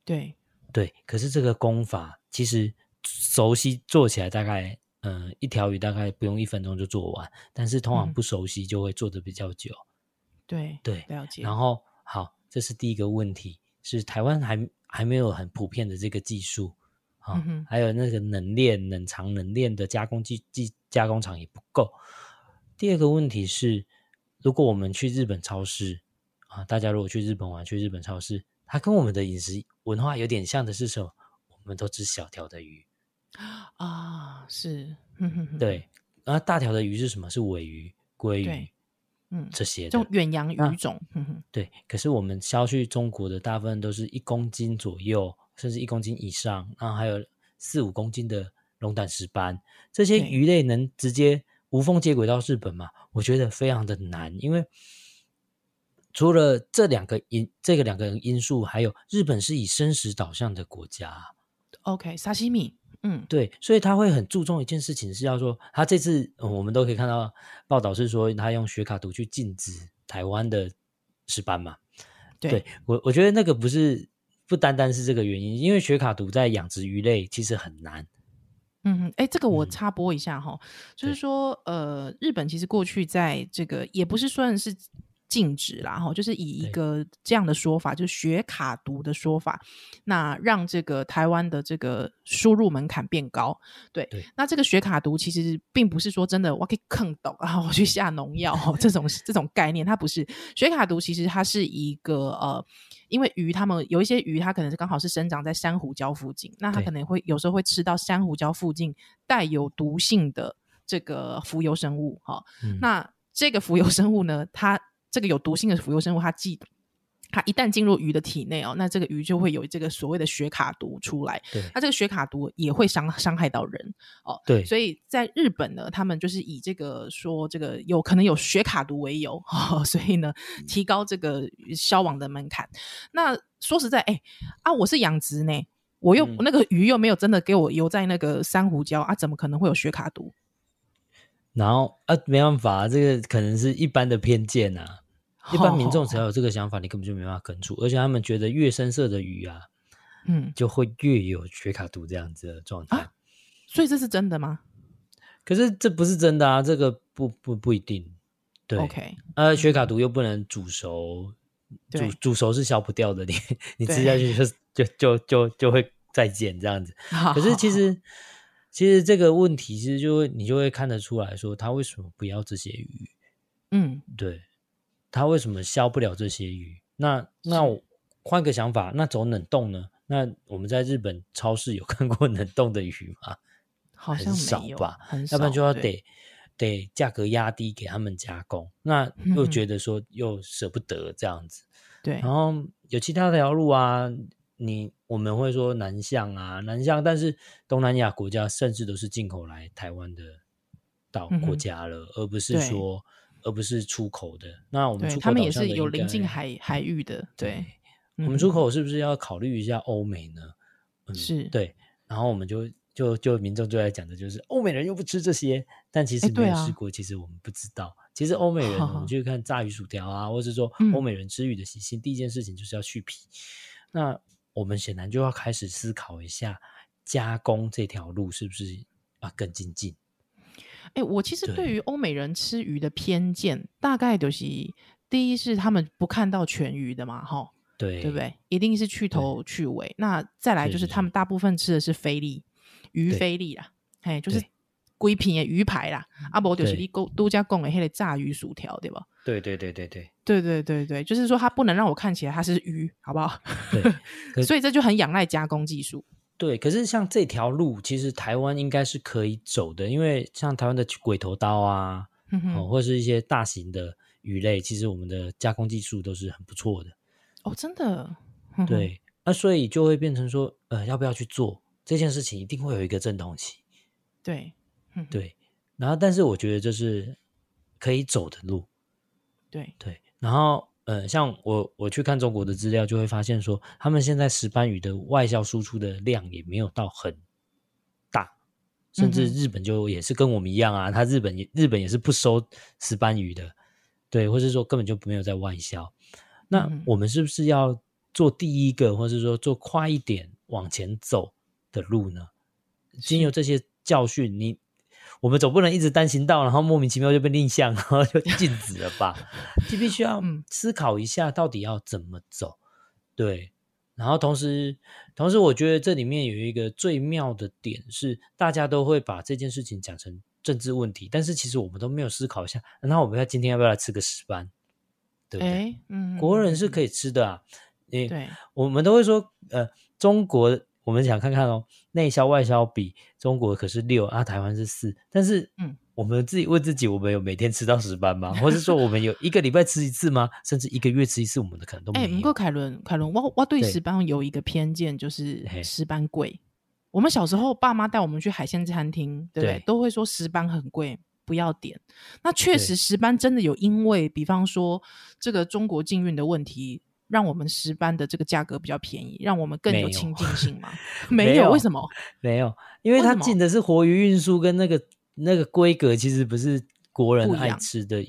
[SPEAKER 2] 对，
[SPEAKER 1] 对，可是这个功法其实熟悉做起来大概，呃，一条鱼大概不用一分钟就做完，但是通
[SPEAKER 2] 嗯
[SPEAKER 1] 常不熟悉就会做的比较久。
[SPEAKER 2] 对，
[SPEAKER 1] 对
[SPEAKER 2] 了解。
[SPEAKER 1] 然后好，这是第一个问题，是台湾还还没有很普遍的这个技术啊，
[SPEAKER 2] 嗯哼
[SPEAKER 1] 还有那个冷链、冷藏、冷链的加工技技加工厂也不够。第二个问题是，如果我们去日本超市啊，大家如果去日本玩，去日本超市，它跟我们的饮食文化有点像的是什么？我们都吃小条的鱼，
[SPEAKER 2] 啊，是，嗯哼哼，
[SPEAKER 1] 对，然后大条的鱼是什么？是尾鱼、鲑鱼
[SPEAKER 2] 对嗯，
[SPEAKER 1] 这些
[SPEAKER 2] 这
[SPEAKER 1] 的
[SPEAKER 2] 种。远洋
[SPEAKER 1] 那
[SPEAKER 2] 鱼种，嗯哼，
[SPEAKER 1] 对，可是我们销去中国的大部分都是一公斤左右，甚至一公斤以上，然后还有四五公斤的龙胆石斑，这些
[SPEAKER 2] 对
[SPEAKER 1] 鱼类能直接无缝接轨到日本吗？我觉得非常的难，因为除了这两个因，这个两个因素，还有日本是以生食导向的国家，
[SPEAKER 2] OK，沙西米，嗯，
[SPEAKER 1] 对，所以他会很注重一件事情，是要说他这次、呃我们都可以看到报道是说他用雪卡图去禁止台湾的石斑嘛。
[SPEAKER 2] 对，
[SPEAKER 1] 对我，我觉得那个不是不单单是这个原因，因为雪卡毒在养殖鱼类其实很难。
[SPEAKER 2] 嗯哼，哎，这个我
[SPEAKER 1] 嗯
[SPEAKER 2] 插播一下哈，就是
[SPEAKER 1] 对
[SPEAKER 2] 说，呃，日本其实过去在这个也不是算是禁止啦哈，就是以一
[SPEAKER 1] 对
[SPEAKER 2] 个这样的说法，就是学卡毒的说法，那让这个台湾的这个输入门槛变高。对，
[SPEAKER 1] 对
[SPEAKER 2] 那这个学卡毒其实并不是说真的我可以坑到然后我去下农药哦这种这种概念，它不是学卡毒，其实它是一个呃。因为鱼，它们有一些鱼，它可能是刚好是生长在珊瑚礁附近，那它
[SPEAKER 1] 对
[SPEAKER 2] 可能会有时候会吃到珊瑚礁附近带有毒性的这个浮游生物哈、
[SPEAKER 1] 嗯、
[SPEAKER 2] 那这个浮游生物呢，它这个有毒性的浮游生物，它既它一旦进入鱼的体内哦，那这个鱼就会有这个所谓的血卡毒出来。
[SPEAKER 1] 对
[SPEAKER 2] 那这个血卡毒也会伤伤害到人哦。
[SPEAKER 1] 对
[SPEAKER 2] 所以在日本呢，他们就是以这个说这个有可能有血卡毒为由， 哦、所以呢，
[SPEAKER 1] 嗯
[SPEAKER 2] 提高这个消亡的门槛。那说实在，哎、啊，我是养殖呢，我又、
[SPEAKER 1] 嗯
[SPEAKER 2] 那个鱼又没有真的给我游在那个珊瑚礁啊，怎么可能会有血卡毒？
[SPEAKER 1] 然后啊，没办法，这个可能是一般的偏见啊。一般民众只要有这个想法，你根本就没办法根除，而且他们觉得越深色的雨啊，
[SPEAKER 2] 嗯，
[SPEAKER 1] 就会越有缺卡度这样子的状态。
[SPEAKER 2] 啊所以这是真的吗
[SPEAKER 1] 可是这不是真的啊，这个不不不一定。对
[SPEAKER 2] ？OK，
[SPEAKER 1] 呃，雪卡毒又不能煮熟，煮
[SPEAKER 2] 对
[SPEAKER 1] 煮熟是消不掉的，你你
[SPEAKER 2] 对
[SPEAKER 1] 吃下去就是就就就就会再见这样子。
[SPEAKER 2] 好
[SPEAKER 1] 可是其
[SPEAKER 2] 好
[SPEAKER 1] 实其实这个问题，其实就会你就会看得出来说，他为什么不要这些鱼？
[SPEAKER 2] 嗯，
[SPEAKER 1] 对，他为什么消不了这些鱼？那那我换个想法，那走冷冻呢？那我们在日本超市有 看过冷冻的鱼吗？
[SPEAKER 2] 好
[SPEAKER 1] 很
[SPEAKER 2] 像
[SPEAKER 1] 少
[SPEAKER 2] 没有
[SPEAKER 1] 吧，
[SPEAKER 2] 很少，
[SPEAKER 1] 要不然就要
[SPEAKER 2] 对
[SPEAKER 1] 得得价格压低给他们加工，那
[SPEAKER 2] 嗯
[SPEAKER 1] 又觉得说又舍不得这样子，
[SPEAKER 2] 对
[SPEAKER 1] 然后有其他条路啊，你我们会说南向啊，南向，但是东南亚国家甚至都是进口来台湾的到
[SPEAKER 2] 嗯哼
[SPEAKER 1] 国家了，而不是
[SPEAKER 2] 对
[SPEAKER 1] 说而不是出口的，那我们
[SPEAKER 2] 对，
[SPEAKER 1] 出口
[SPEAKER 2] 他们
[SPEAKER 1] 导
[SPEAKER 2] 也
[SPEAKER 1] 向
[SPEAKER 2] 是
[SPEAKER 1] 的
[SPEAKER 2] 有
[SPEAKER 1] 应
[SPEAKER 2] 临近
[SPEAKER 1] 该
[SPEAKER 2] 海海域的，对，
[SPEAKER 1] 我们
[SPEAKER 2] 嗯
[SPEAKER 1] 出口是不是要考虑一下欧美呢？嗯，
[SPEAKER 2] 是
[SPEAKER 1] 对。然后我们就就就民众最爱讲的就是欧美人又不吃这些，但其实
[SPEAKER 2] 对
[SPEAKER 1] 没有
[SPEAKER 2] 啊
[SPEAKER 1] 试过，其实我们不知道。其实欧美人， 我们去看炸鱼薯条啊，或者说
[SPEAKER 2] 嗯
[SPEAKER 1] 欧美人吃鱼的习性，第一件事情就是要去皮。那我们显然就要开始思考一下，加工这条路是不是啊更精进？
[SPEAKER 2] 哎、我其实
[SPEAKER 1] 对
[SPEAKER 2] 对于欧美人吃鱼的偏见，大概就是第一是他们不看到全鱼的嘛，哈，
[SPEAKER 1] 对
[SPEAKER 2] 对不？对？一定是去头去尾。那再来
[SPEAKER 1] 是
[SPEAKER 2] 就是
[SPEAKER 1] 是
[SPEAKER 2] 他们大部分吃的是菲力，鱼
[SPEAKER 1] 对
[SPEAKER 2] 菲力啦，哎，就是
[SPEAKER 1] 对嗯
[SPEAKER 2] 龟品的鱼排啦，啊，不就是
[SPEAKER 1] 对
[SPEAKER 2] 你勾都加贡的那个炸鱼薯条，对吧？
[SPEAKER 1] 对对对对对
[SPEAKER 2] 对对对对，就是说它不能让我看起来它是鱼，好不好？
[SPEAKER 1] 对。可
[SPEAKER 2] 所以这就很仰赖加工技术。
[SPEAKER 1] 对，可是像这条路，其实台湾应该是可以走的，因为像台湾的鬼头刀啊，
[SPEAKER 2] 哼哼
[SPEAKER 1] 哦，或是一些大型的鱼类，其实我们的加工技术都是很不错的。
[SPEAKER 2] 哦，真的，哼哼，
[SPEAKER 1] 对，那、所以就会变成说，呃，要不要去做这件事情，一定会有一个阵痛期。
[SPEAKER 2] 对，哼哼
[SPEAKER 1] 对，然后但是我觉得这是可以走的路。
[SPEAKER 2] 对，
[SPEAKER 1] 对，然后呃，像我我去看中国的资料，就会发现说，他们现在石斑鱼的外销输出的量也没有到很大，甚至
[SPEAKER 2] 嗯哼
[SPEAKER 1] 日本就也是跟我们一样啊，他日本也日本也是不收石斑鱼的，对，或是说根本就没有在外销。那
[SPEAKER 2] 嗯哼
[SPEAKER 1] 我们是不是要做第一个，或是说做快一点往前走的路呢？经由这些教训，你我们总不能一直单行道，然后莫名其妙就被定向，然后就禁止了吧？就必须要
[SPEAKER 2] 嗯
[SPEAKER 1] 思考一下到底要怎么走。对，然后同时，同时我觉得这里面有一个最妙的点是，大家都会把这件事情讲成政治问题，但是其实我们都没有思考一下，那我们要今天要不要来吃个石斑？对不对？
[SPEAKER 2] 哎，嗯，
[SPEAKER 1] 国人是可
[SPEAKER 2] 以，
[SPEAKER 1] 以吃的啊，你
[SPEAKER 2] 对，
[SPEAKER 1] 我们都会说，呃，中国我们想看看哦，内销外销比中国可是六啊，台湾是四，但是
[SPEAKER 2] 嗯。
[SPEAKER 1] 我们自己问自己，我们有每天吃到十班吗？或是说我们有一个礼拜吃一次吗？甚至一个月吃一次，我们的可能都没
[SPEAKER 2] 哎，
[SPEAKER 1] 有。
[SPEAKER 2] 不过凯伦，凯伦，我我对
[SPEAKER 1] 对
[SPEAKER 2] 石斑有一个偏见，就是
[SPEAKER 1] 嘿
[SPEAKER 2] 石斑贵。我们小时候，爸妈带我们去海鲜餐厅，对不对？
[SPEAKER 1] 对
[SPEAKER 2] 都会说石斑很贵，不要点。那确
[SPEAKER 1] 对
[SPEAKER 2] 实，石斑真的有因为，比方说这个中国禁运的问题，让我们石斑的这个价格比较便宜，让我们更
[SPEAKER 1] 没
[SPEAKER 2] 有
[SPEAKER 1] 有
[SPEAKER 2] 亲近性 吗？
[SPEAKER 1] 没
[SPEAKER 2] 没有，
[SPEAKER 1] 有
[SPEAKER 2] 为什么？
[SPEAKER 1] 没有，因为
[SPEAKER 2] 为
[SPEAKER 1] 它
[SPEAKER 2] 什么
[SPEAKER 1] 进的是活鱼运输，跟那个那个规格其实不是国人
[SPEAKER 2] 不一
[SPEAKER 1] 爱
[SPEAKER 2] 样
[SPEAKER 1] 吃的鱼。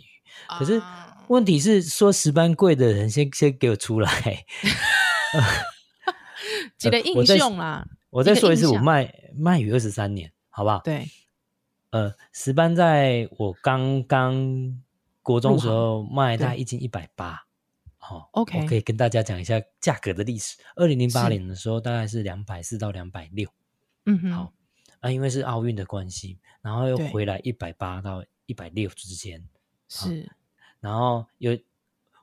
[SPEAKER 1] 可是
[SPEAKER 2] 啊
[SPEAKER 1] 问题是，说石斑贵的人先先给我出来。
[SPEAKER 2] 几个
[SPEAKER 1] 呃
[SPEAKER 2] 应
[SPEAKER 1] 我再
[SPEAKER 2] 用啦，
[SPEAKER 1] 我再
[SPEAKER 2] 一个
[SPEAKER 1] 说一次，
[SPEAKER 2] 印
[SPEAKER 1] 我
[SPEAKER 2] 象
[SPEAKER 1] 卖卖鱼二十三年，好不好？
[SPEAKER 2] 对，
[SPEAKER 1] 呃，石斑在我刚刚国中时候卖大概
[SPEAKER 2] 对
[SPEAKER 1] 一斤一百八，好
[SPEAKER 2] OK
[SPEAKER 1] 我可以跟大家讲一下价格的历史。二零零八
[SPEAKER 2] 是
[SPEAKER 1] 年的时候大概是两百四到两百六
[SPEAKER 2] 嗯哼，
[SPEAKER 1] 好啊，因为是奥运的关系，然后又
[SPEAKER 2] 对
[SPEAKER 1] 回来一百八到一百六之间，
[SPEAKER 2] 是，
[SPEAKER 1] 然后有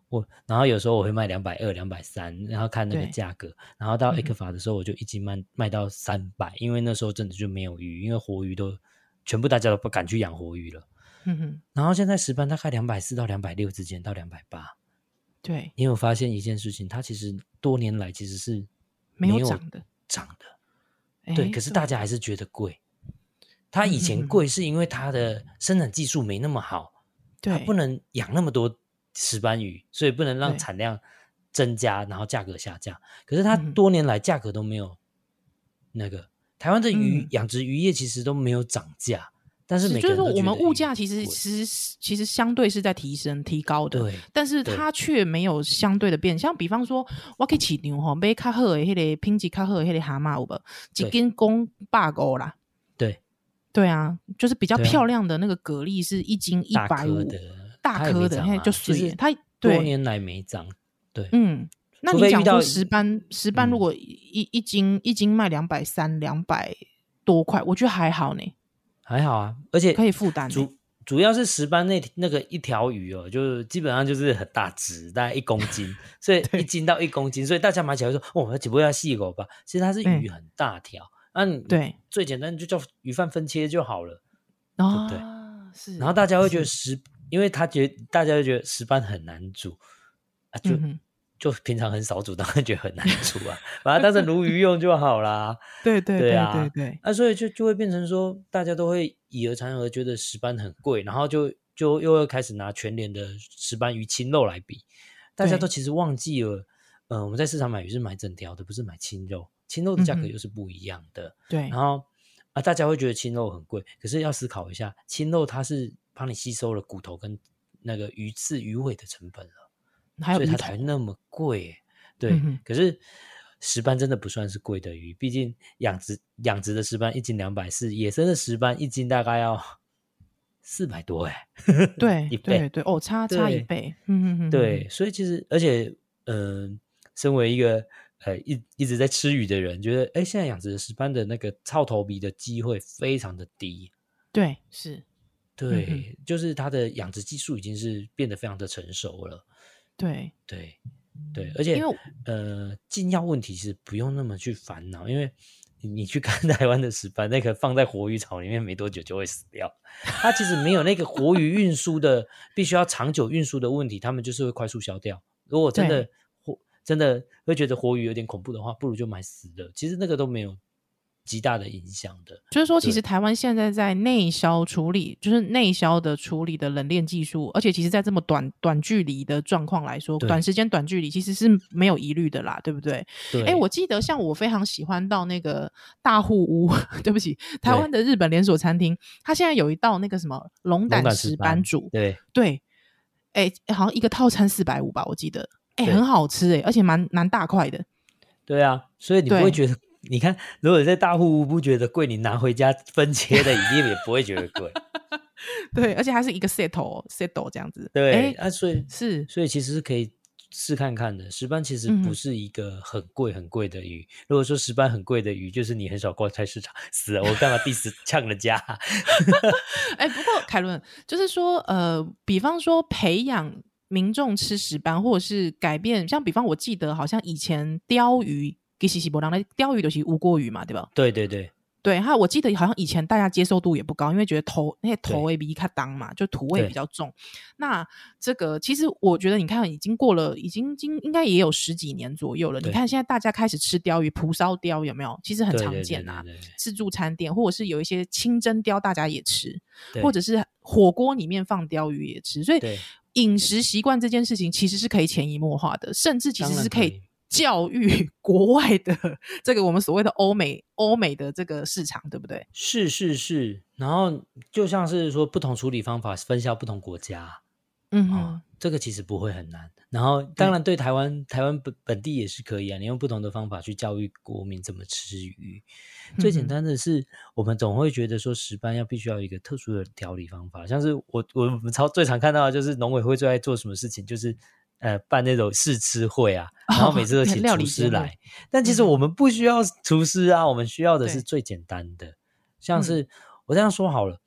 [SPEAKER 1] 我，然后有时候我会卖两百二、两百三，然后看那个
[SPEAKER 2] 对
[SPEAKER 1] 价格，然后到
[SPEAKER 2] 嗯
[SPEAKER 1] A 克法的时候，我就一斤卖卖到三百，因为那时候真的就没有鱼，因为活鱼都全部大家都不敢去养活鱼了。
[SPEAKER 2] 嗯哼，
[SPEAKER 1] 然后现在石斑大概两百四到两百六之间，到两百八。
[SPEAKER 2] 对，
[SPEAKER 1] 你有发现一件事情，它其实多年来其实是
[SPEAKER 2] 没有
[SPEAKER 1] 有
[SPEAKER 2] 涨的
[SPEAKER 1] 涨的，
[SPEAKER 2] 哎
[SPEAKER 1] 对。可是大家还是觉得贵。它以
[SPEAKER 2] 嗯嗯嗯
[SPEAKER 1] 前贵是因为它的生产技术没那么好，它
[SPEAKER 2] 对
[SPEAKER 1] 不能养那么多石斑鱼，所以不能让
[SPEAKER 2] 对
[SPEAKER 1] 产量增加，然后价格下降。可是它
[SPEAKER 2] 嗯
[SPEAKER 1] 多年来价格都没有那个，台湾的鱼
[SPEAKER 2] 嗯
[SPEAKER 1] 养殖渔业其实都没有涨价，但是每
[SPEAKER 2] 就
[SPEAKER 1] 个
[SPEAKER 2] 是
[SPEAKER 1] 人
[SPEAKER 2] 说
[SPEAKER 1] 都
[SPEAKER 2] 我
[SPEAKER 1] 觉
[SPEAKER 2] 们
[SPEAKER 1] 得
[SPEAKER 2] 物
[SPEAKER 1] 诶
[SPEAKER 2] 价其实
[SPEAKER 1] 贵
[SPEAKER 2] 其实是其实相对是在提升提高的，
[SPEAKER 1] 对
[SPEAKER 2] 但是
[SPEAKER 1] 对
[SPEAKER 2] 它却没有相对的变。像比方说，我去市场吼买较好的迄个品质较好的迄个蛤蟆有无？一
[SPEAKER 1] 对
[SPEAKER 2] 斤公百五啦。
[SPEAKER 1] 对
[SPEAKER 2] 对啊，就是比较
[SPEAKER 1] 对啊
[SPEAKER 2] 漂亮的那个蛤蜊是一斤一
[SPEAKER 1] 大
[SPEAKER 2] 百
[SPEAKER 1] 颗
[SPEAKER 2] 五，
[SPEAKER 1] 的，
[SPEAKER 2] 大
[SPEAKER 1] 它也
[SPEAKER 2] 颗
[SPEAKER 1] 没
[SPEAKER 2] 的，
[SPEAKER 1] 涨
[SPEAKER 2] 嘿
[SPEAKER 1] 啊
[SPEAKER 2] 就
[SPEAKER 1] 其
[SPEAKER 2] 水
[SPEAKER 1] 实
[SPEAKER 2] 它
[SPEAKER 1] 多
[SPEAKER 2] 对，
[SPEAKER 1] 年来没涨，对，
[SPEAKER 2] 嗯。那
[SPEAKER 1] 除
[SPEAKER 2] 你
[SPEAKER 1] 非
[SPEAKER 2] 讲
[SPEAKER 1] 遇到
[SPEAKER 2] 说石斑石斑
[SPEAKER 1] 嗯
[SPEAKER 2] 如果一一斤一斤卖两百三两百多块，我觉得还好呢，
[SPEAKER 1] 还好啊，而且
[SPEAKER 2] 可以负担呢。
[SPEAKER 1] 主主要是石斑那那个一条鱼哦，就是基本上就是很大只，大概一公斤，所以一斤到一公斤，所以大家买起来就说哦，只不过要细狗吧，其实它是鱼
[SPEAKER 2] 嗯
[SPEAKER 1] 很大条，那、你
[SPEAKER 2] 对
[SPEAKER 1] 最简单就叫鱼饭分切就好了。
[SPEAKER 2] 啊，
[SPEAKER 1] 对
[SPEAKER 2] 是。
[SPEAKER 1] 然后大家会觉得
[SPEAKER 2] 是
[SPEAKER 1] 石，因为他觉得大家就觉得石斑很难煮啊，就、
[SPEAKER 2] 嗯哼
[SPEAKER 1] 就平常很少煮，当然觉得很难煮啊， 把它当成鲈鱼用就好啦。
[SPEAKER 2] 对对
[SPEAKER 1] 对
[SPEAKER 2] 对
[SPEAKER 1] 啊
[SPEAKER 2] 对对，
[SPEAKER 1] 啊，所以就就会变成说，大家都会以讹传讹，觉得石斑很贵，然后就就又会开始拿全年的石斑鱼青肉来比，大家
[SPEAKER 2] 对
[SPEAKER 1] 都其实忘记了，嗯、我们在市场买鱼是买整条的，不是买青肉，青肉的价格
[SPEAKER 2] 嗯哼
[SPEAKER 1] 又是不一样的。
[SPEAKER 2] 对
[SPEAKER 1] 然后啊，大家会觉得青肉很贵，可是要思考一下，青肉它是帮你吸收了骨头跟那个鱼刺、鱼尾的成本了，
[SPEAKER 2] 还有
[SPEAKER 1] 所以
[SPEAKER 2] 鱼
[SPEAKER 1] 它
[SPEAKER 2] 头
[SPEAKER 1] 才，那么贵耶。对，
[SPEAKER 2] 嗯哼
[SPEAKER 1] 可是石斑真的不算是贵的鱼，毕竟养殖养殖的石斑一斤两百四，野生的石斑一斤大概要 四百多哎。
[SPEAKER 2] 对
[SPEAKER 1] 一
[SPEAKER 2] 对
[SPEAKER 1] 倍
[SPEAKER 2] 对，哦，差差一
[SPEAKER 1] 对
[SPEAKER 2] 倍，嗯嗯嗯，
[SPEAKER 1] 对，所以其实而且，嗯、身为一个呃一一直在吃鱼的人，觉得哎，现在养殖的石斑的那个操头皮的机会非常的低。
[SPEAKER 2] 嗯对是，哼
[SPEAKER 1] 对，就是它的养殖技术已经是变得非常的成熟了。
[SPEAKER 2] 对，
[SPEAKER 1] 对，对，而且
[SPEAKER 2] 因为
[SPEAKER 1] 呃，禁药问题其实不用那么去烦恼，因为你你去看 台湾的石斑，那个放在活鱼槽里面没多久就会死掉，它其实没有那个活鱼运输的必须要长久运输的问题，他们就是会快速消掉。如果真的活真的会觉得活鱼有点恐怖的话，不如就买死的，其实那个都没有极大的影响的。
[SPEAKER 2] 就是说，其
[SPEAKER 1] 对
[SPEAKER 2] 实台湾现在在内销处理，就是内销的处理的冷链技术，而且其实，在这么短短距离的状况来说，
[SPEAKER 1] 对
[SPEAKER 2] 短时间短距离其实是没有疑虑的啦，对不对？
[SPEAKER 1] 对，
[SPEAKER 2] 哎，我记得像我非常喜欢到那个大户屋， 对不起，台湾的日本连锁餐厅，它现在有一道那个什么龙
[SPEAKER 1] 胆
[SPEAKER 2] 胆
[SPEAKER 1] 石
[SPEAKER 2] 石
[SPEAKER 1] 斑
[SPEAKER 2] 斑煮，
[SPEAKER 1] 对
[SPEAKER 2] 对，哎，好像一个套餐四百五吧，我记得，哎，
[SPEAKER 1] 对
[SPEAKER 2] 很好吃哎，而且蛮蛮大块的，
[SPEAKER 1] 对啊，所以你不
[SPEAKER 2] 对
[SPEAKER 1] 会觉得，你看，如果在大户屋不觉得贵，你拿回家分切的，一定也不会觉得 贵。
[SPEAKER 2] 对，而且它是一个 set 哦 set 这样子，
[SPEAKER 1] 对
[SPEAKER 2] 哎，
[SPEAKER 1] 啊，所以
[SPEAKER 2] 是，
[SPEAKER 1] 所以其实是可以试看看的。石斑其实
[SPEAKER 2] 嗯
[SPEAKER 1] 不是一个很贵很贵的鱼。如果说石斑很贵的鱼，就是你很少逛菜市场，死了我干嘛 diss 呛人家 啊？
[SPEAKER 2] 哎，不过凯伦就是说，呃，比方说培养民众吃石斑，或者是改变，像比方我记得好像以前鲷鱼。给西西伯朗的鲷鱼就是无锅鱼嘛，对吧？
[SPEAKER 1] 对对对
[SPEAKER 2] 对，还有我记得好像以前大家接受度也不高，因为觉得头那些头
[SPEAKER 1] 对
[SPEAKER 2] 味比较当嘛，就土味
[SPEAKER 1] 对
[SPEAKER 2] 比较重。那这个其实我觉得，你看已经过了，已经经应该也有十几年左右了。你
[SPEAKER 1] 对
[SPEAKER 2] 看现在大家开始吃鲷鱼、蒲烧鲷，有没有？其实很
[SPEAKER 1] 对
[SPEAKER 2] 常
[SPEAKER 1] 对对
[SPEAKER 2] 见
[SPEAKER 1] 对
[SPEAKER 2] 啊。
[SPEAKER 1] 对
[SPEAKER 2] 自助餐店，或者是有一些清蒸鲷，大家也吃，
[SPEAKER 1] 对，
[SPEAKER 2] 或者是火锅里面放鲷鱼也吃。所以
[SPEAKER 1] 对
[SPEAKER 2] 饮食习惯这件事情其实是可以潜移默化的，甚至其
[SPEAKER 1] 当
[SPEAKER 2] 实
[SPEAKER 1] 然
[SPEAKER 2] 是
[SPEAKER 1] 可
[SPEAKER 2] 可以
[SPEAKER 1] 以
[SPEAKER 2] 教育 国外的这个我们所谓的欧美欧美的这个市场，对不对？
[SPEAKER 1] 是是是。然后就像是说，不同处理方法分销不同国家啊。
[SPEAKER 2] 嗯
[SPEAKER 1] 啊
[SPEAKER 2] 哼，
[SPEAKER 1] 这个其实不会很难。然后，当然对台湾台湾本本地也是可以啊，你用不同的方法去教育国民怎么吃鱼。最
[SPEAKER 2] 嗯
[SPEAKER 1] 简
[SPEAKER 2] 哼
[SPEAKER 1] 单的是，我们总会觉得说石斑要必须要有一个特殊的调理方法，像是我我们超最常看到的就是农委会最爱做什么事情，就是呃办那种试吃会啊，然后每次 都
[SPEAKER 2] 哦
[SPEAKER 1] 请
[SPEAKER 2] 料
[SPEAKER 1] 厨
[SPEAKER 2] 理节
[SPEAKER 1] 师
[SPEAKER 2] 目
[SPEAKER 1] 来。但其实
[SPEAKER 2] 嗯
[SPEAKER 1] 我们不需要厨师啊，我们需要的
[SPEAKER 2] 对
[SPEAKER 1] 是最简单的，像
[SPEAKER 2] 嗯
[SPEAKER 1] 是我这样说好了，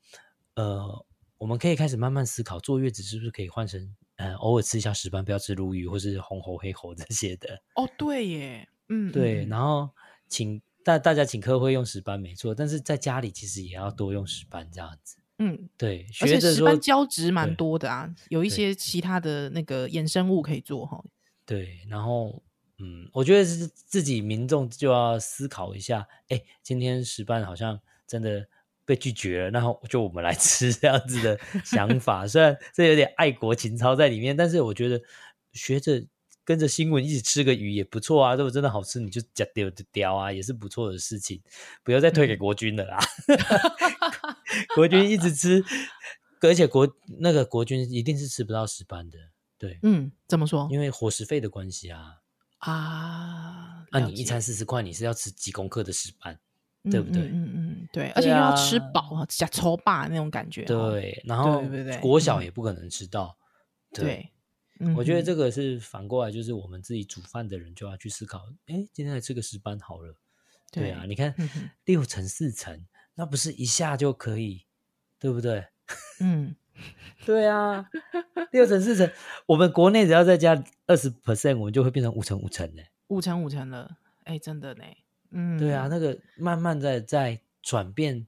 [SPEAKER 1] 呃，我们可以开始慢慢思考，坐月子是不是可以换成呃，偶尔吃一下石斑，不要吃鲈鱼或是红喉、黑喉这些的。
[SPEAKER 2] 哦，对耶，嗯，
[SPEAKER 1] 对，
[SPEAKER 2] 嗯
[SPEAKER 1] 然后请大大家请客会用石斑没错，但是在家里其实也要多用石斑这样子。
[SPEAKER 2] 嗯，
[SPEAKER 1] 对，学
[SPEAKER 2] 而且
[SPEAKER 1] 着
[SPEAKER 2] 石
[SPEAKER 1] 说
[SPEAKER 2] 斑胶质蛮
[SPEAKER 1] 对
[SPEAKER 2] 多的啊，有一
[SPEAKER 1] 对
[SPEAKER 2] 些其他的那个衍生物可以做哈。
[SPEAKER 1] 对，然后嗯，我觉得是自己民众就要思考一下，哎，今天石斑好像真的被拒绝了，然后就我们来 吃这样子的想法，虽然这有点爱国情操在里面，但是我觉得学着。跟着新闻一起吃个鱼也不错啊，如果真的好吃，你就夹丢就叼啊，也是不错的事情。不要再推给
[SPEAKER 2] 嗯
[SPEAKER 1] 国军了啦， 国军一直吃，而且国那个国军一定是吃不到石斑的，对，
[SPEAKER 2] 嗯，怎么说
[SPEAKER 1] 因为伙食费的关系啊。
[SPEAKER 2] 啊？
[SPEAKER 1] 那、
[SPEAKER 2] 了
[SPEAKER 1] 你一
[SPEAKER 2] 解
[SPEAKER 1] 餐四十块，你是要吃几公克的石斑？对不
[SPEAKER 2] 嗯
[SPEAKER 1] 对
[SPEAKER 2] 嗯嗯嗯，对，而且
[SPEAKER 1] 对
[SPEAKER 2] 又要
[SPEAKER 1] 啊
[SPEAKER 2] 吃饱啊，加抽霸那种感觉哦。
[SPEAKER 1] 对，然后
[SPEAKER 2] 对对
[SPEAKER 1] 国小
[SPEAKER 2] 嗯
[SPEAKER 1] 也不可能吃到。
[SPEAKER 2] 对，嗯
[SPEAKER 1] 我觉得
[SPEAKER 2] 哼
[SPEAKER 1] 这个是反过来，就是我们自己煮饭的人就要去思考，哎，今天来吃个石斑好了。对啊，
[SPEAKER 2] 对
[SPEAKER 1] 你看
[SPEAKER 2] 嗯哼
[SPEAKER 1] 六层四层，那不是一下就可以，对不对？
[SPEAKER 2] 嗯，
[SPEAKER 1] 对 啊，六层四层，我们国内只要再加二十 percent，我们就会变成五层五层嘞。
[SPEAKER 2] 五成五成了，哎，真的呢，嗯，
[SPEAKER 1] 对啊，那个慢慢在在转变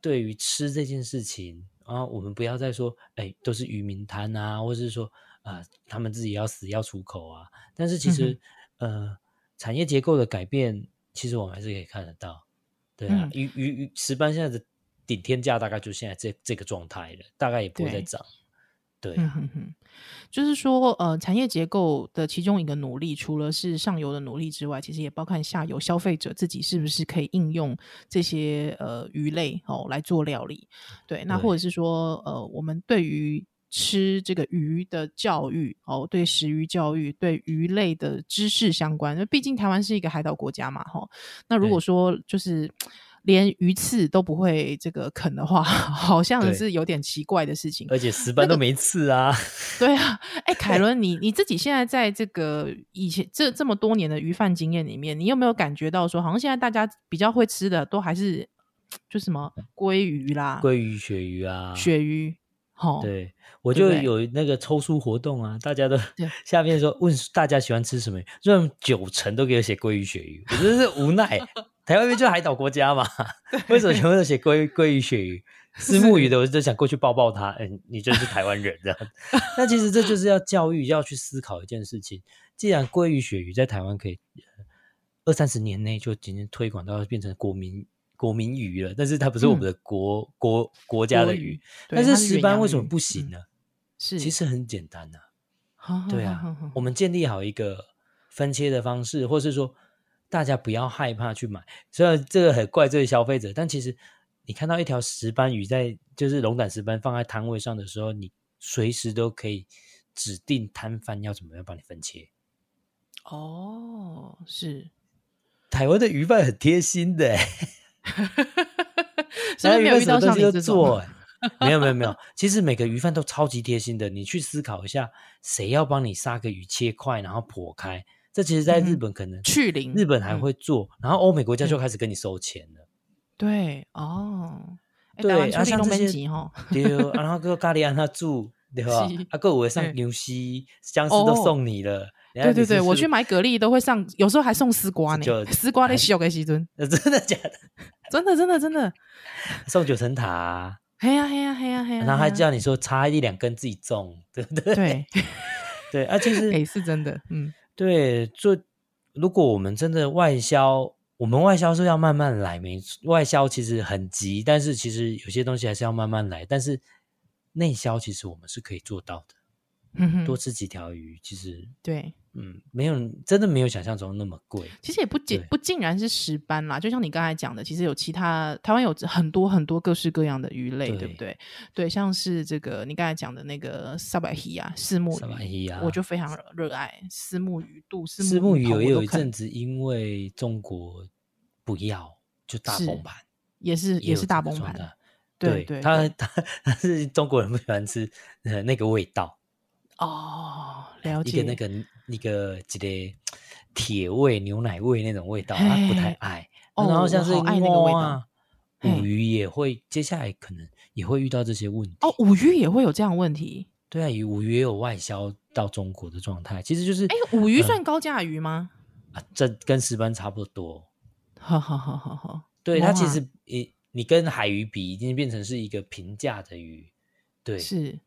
[SPEAKER 1] 对于吃这件事情，然后我们不要再说，哎，都是渔民摊啊，或是说啊、他们自己要死要出口啊。但
[SPEAKER 2] 嗯
[SPEAKER 1] 是其实，呃，产业结构的改变，其实我们还是可以看得到。对啊
[SPEAKER 2] 嗯，
[SPEAKER 1] 鱼鱼鱼石斑现在的顶天价大概就现在这这个状态了，大概也不会再
[SPEAKER 2] 对
[SPEAKER 1] 涨。对
[SPEAKER 2] 嗯
[SPEAKER 1] 啊，
[SPEAKER 2] 哼哼，就是说，呃，产业结构的其中一个努力，除了是上游的努力之外，其实也包含下游消费者自己是不是可以应用这些呃鱼类哦来做料理。对，那
[SPEAKER 1] 对
[SPEAKER 2] 或者是说，呃，我们对于吃这个鱼的教育哦，对食鱼教育、对鱼类的知识相关，因为毕竟台湾是一个海岛国家嘛，哈、哦那如
[SPEAKER 1] 对
[SPEAKER 2] 果说就是连鱼刺都不会这个啃的话， 好像
[SPEAKER 1] 对
[SPEAKER 2] 是有点奇怪的事情。
[SPEAKER 1] 而且石斑
[SPEAKER 2] 那
[SPEAKER 1] 都
[SPEAKER 2] 个
[SPEAKER 1] 没刺啊。
[SPEAKER 2] 对啊，哎，凯伦，你你自己现在在这个以前这这么多年的鱼贩经验里面，你有没有感觉到说，好像现在大家比较会吃的都还是就什么鲑鱼啦、
[SPEAKER 1] 鲑鱼、鳕鱼啊，
[SPEAKER 2] 鳕鱼，吼，
[SPEAKER 1] 对，我
[SPEAKER 2] 哦对不
[SPEAKER 1] 就
[SPEAKER 2] 对
[SPEAKER 1] 有那个抽书活动啊，大家都
[SPEAKER 2] 对
[SPEAKER 1] 下面说问大家喜欢吃什么，这种九成都给我写鲑鱼、鳕鱼，我真是无奈。台湾就是海岛国家 嘛，为什么全部都写鲑鲑鱼、鳕鱼？吃木鱼的，我就想过去抱抱他。嗯，你真是台湾人这样。 那其实这就是要教育，要去思考一件事情。既然鲑鱼、鳕鱼在台湾可以呃二三十年内就已经推广到变成国民国民鱼了，但是它不是我们的国、国国家的
[SPEAKER 2] 鲑
[SPEAKER 1] 鱼
[SPEAKER 2] 嗯鱼，，对
[SPEAKER 1] 但
[SPEAKER 2] 它
[SPEAKER 1] 是
[SPEAKER 2] 是
[SPEAKER 1] 石
[SPEAKER 2] 远
[SPEAKER 1] 斑
[SPEAKER 2] 洋
[SPEAKER 1] 为什么
[SPEAKER 2] 鱼
[SPEAKER 1] 不行
[SPEAKER 2] 嗯
[SPEAKER 1] 呢？
[SPEAKER 2] 是，
[SPEAKER 1] 其实很简单呐、
[SPEAKER 2] 好，好
[SPEAKER 1] 对啊，我们建立好一个分切的方式，或是说大家不要害怕去买。虽然这个很怪罪消费者，但其实你看到一条石斑鱼在就是龙胆石斑放在摊位上的时候，你随时都可以指定摊贩要怎么样帮你分切。
[SPEAKER 2] 哦，是，
[SPEAKER 1] 台湾的鱼贩很贴心的、欸，
[SPEAKER 2] 所以没有遇
[SPEAKER 1] 哎什么
[SPEAKER 2] 到
[SPEAKER 1] 东
[SPEAKER 2] 像
[SPEAKER 1] 西
[SPEAKER 2] 你
[SPEAKER 1] 都
[SPEAKER 2] 这
[SPEAKER 1] 做、
[SPEAKER 2] 种
[SPEAKER 1] 欸。没有没有没有，其实每个鱼贩都超级贴心的。你去思考一下，谁要帮你杀个鱼切块，然后剖开？这其实在日
[SPEAKER 2] 嗯
[SPEAKER 1] 本可能
[SPEAKER 2] 去零，
[SPEAKER 1] 日本还
[SPEAKER 2] 嗯
[SPEAKER 1] 会做，然后欧美国家
[SPEAKER 2] 对
[SPEAKER 1] 就开始跟你收钱了。
[SPEAKER 2] 对哦，哎台
[SPEAKER 1] 对，
[SPEAKER 2] 湾
[SPEAKER 1] 啊，
[SPEAKER 2] 出力
[SPEAKER 1] 像
[SPEAKER 2] 弄
[SPEAKER 1] 这
[SPEAKER 2] 边
[SPEAKER 1] 些
[SPEAKER 2] 级哈，
[SPEAKER 1] 对，啊然后个咖喱安他住，对吧
[SPEAKER 2] 是？
[SPEAKER 1] 啊，够我上
[SPEAKER 2] 对
[SPEAKER 1] 牛西僵尸都
[SPEAKER 2] 哦
[SPEAKER 1] 送你了。然后
[SPEAKER 2] 对
[SPEAKER 1] 你
[SPEAKER 2] 对
[SPEAKER 1] 是
[SPEAKER 2] 对，我
[SPEAKER 1] 是
[SPEAKER 2] 去买蛤蜊都会上，有时候还送丝瓜呢
[SPEAKER 1] 就，
[SPEAKER 2] 丝
[SPEAKER 1] 还
[SPEAKER 2] 瓜的小给西尊，
[SPEAKER 1] 呃 真的假的？
[SPEAKER 2] 真的真的真的，
[SPEAKER 1] 送九层塔啊，
[SPEAKER 2] 嘿呀嘿呀嘿呀嘿呀，
[SPEAKER 1] 然后还
[SPEAKER 2] 嘿呀
[SPEAKER 1] 叫你说插一两根自己种，对不对？
[SPEAKER 2] 啊对，
[SPEAKER 1] 对，啊，其实
[SPEAKER 2] 哎是真的，嗯
[SPEAKER 1] 对，做如果我们真的外销，我们外销是要慢慢来，没错外销其实很急，但是其实有些东西还是要慢慢来，但是内销其实我们是可以做到的。
[SPEAKER 2] 哼嗯
[SPEAKER 1] 嗯
[SPEAKER 2] 哼
[SPEAKER 1] 多吃几条鱼，其实
[SPEAKER 2] 对，
[SPEAKER 1] 嗯，没有真的没有想象中那么贵。
[SPEAKER 2] 其实也不仅
[SPEAKER 1] 对
[SPEAKER 2] 不尽然是石斑啦，就像你刚才讲的，其实有其他台湾有很多很多各式各样的鱼类，对
[SPEAKER 1] 对
[SPEAKER 2] 不对？对，像是这个你刚才讲的那个萨白鱼啊，丝木
[SPEAKER 1] 萨白
[SPEAKER 2] 鱼
[SPEAKER 1] 鱼啊
[SPEAKER 2] 我就非常热爱丝木鱼肚、
[SPEAKER 1] 石
[SPEAKER 2] 丝
[SPEAKER 1] 目
[SPEAKER 2] 木
[SPEAKER 1] 鱼
[SPEAKER 2] 头
[SPEAKER 1] 有
[SPEAKER 2] 我
[SPEAKER 1] 也
[SPEAKER 2] 都
[SPEAKER 1] 有一
[SPEAKER 2] 啃
[SPEAKER 1] 阵子因为中国不要就大
[SPEAKER 2] 是
[SPEAKER 1] 崩盘，
[SPEAKER 2] 也是也
[SPEAKER 1] 有
[SPEAKER 2] 是大
[SPEAKER 1] 这个
[SPEAKER 2] 崩
[SPEAKER 1] 状
[SPEAKER 2] 盘，
[SPEAKER 1] 态。
[SPEAKER 2] 对对，
[SPEAKER 1] 他
[SPEAKER 2] 对
[SPEAKER 1] 他 他是中国人不喜欢吃呃那个味道，
[SPEAKER 2] 哦，了
[SPEAKER 1] 一
[SPEAKER 2] 解
[SPEAKER 1] 个那个那个一个铁味牛奶味那种味道，他不太
[SPEAKER 2] 嘿
[SPEAKER 1] 爱。
[SPEAKER 2] 哦
[SPEAKER 1] 然后
[SPEAKER 2] 我
[SPEAKER 1] 像是
[SPEAKER 2] 好爱那个
[SPEAKER 1] 蚵
[SPEAKER 2] 味道
[SPEAKER 1] 啊
[SPEAKER 2] 嘿
[SPEAKER 1] 五鱼也会，接下来可能也会遇到这些问题。
[SPEAKER 2] 哦，五鱼也会有这样的问题。
[SPEAKER 1] 对啊，以五鱼也有外销到中国的状态，其实就是
[SPEAKER 2] 哎，五鱼
[SPEAKER 1] 呃
[SPEAKER 2] 算高价鱼吗？
[SPEAKER 1] 啊，这跟石斑差不多。
[SPEAKER 2] 好好好好好，
[SPEAKER 1] 对，它
[SPEAKER 2] 哇
[SPEAKER 1] 其实你你跟海鱼比，已经变成是一个平价的鱼。对
[SPEAKER 2] 是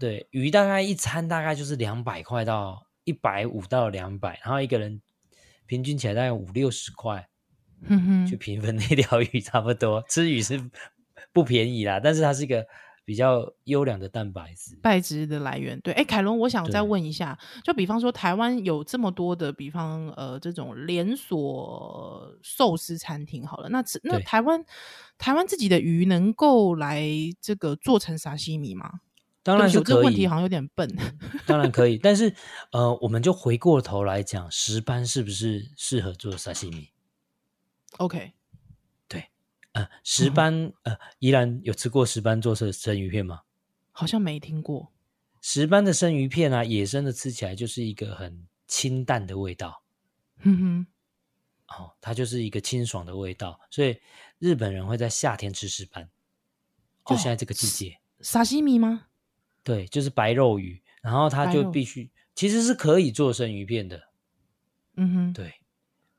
[SPEAKER 1] 对，鱼大概一餐大概就是两百块到一百五到两百，然后一个人平均起来大概五六十块
[SPEAKER 2] 哼
[SPEAKER 1] 去
[SPEAKER 2] 哼，
[SPEAKER 1] 平分那条鱼，差不多。吃鱼是不便宜啦，但是它是一个比较优良的蛋白质。
[SPEAKER 2] 钙质的来源。对，哎，凯伦，我想再
[SPEAKER 1] 对
[SPEAKER 2] 问一下，就比方说台湾有这么多的，比方呃这种连锁寿司餐厅好了，那只那
[SPEAKER 1] 对
[SPEAKER 2] 台湾台湾自己的鱼能够来这个做成沙西米吗？
[SPEAKER 1] 当然
[SPEAKER 2] 对
[SPEAKER 1] 是
[SPEAKER 2] 不起我这
[SPEAKER 1] 可
[SPEAKER 2] 个问
[SPEAKER 1] 以
[SPEAKER 2] 题好，像有点笨。
[SPEAKER 1] 当然可以。但是呃，我们就回过头来讲，石斑是不是适合做沙西米？
[SPEAKER 2] OK，
[SPEAKER 1] 呃，石
[SPEAKER 2] 嗯
[SPEAKER 1] 斑、呃，宜兰有吃过石斑做成生鱼片吗？
[SPEAKER 2] 好像没听过。
[SPEAKER 1] 石斑的生鱼片啊，野生的吃起来就是一个很清淡的味道
[SPEAKER 2] 哼嗯哼，
[SPEAKER 1] 哦，它就是一个清爽的味道，所以日本人会在夏天吃石斑，就
[SPEAKER 2] 哦
[SPEAKER 1] 现在这个季节，
[SPEAKER 2] 沙西米吗？
[SPEAKER 1] 对，就是白肉鱼，然后它
[SPEAKER 2] 白
[SPEAKER 1] 就
[SPEAKER 2] 肉
[SPEAKER 1] 必须其实是可以做生鱼片的，
[SPEAKER 2] 嗯哼，
[SPEAKER 1] 对，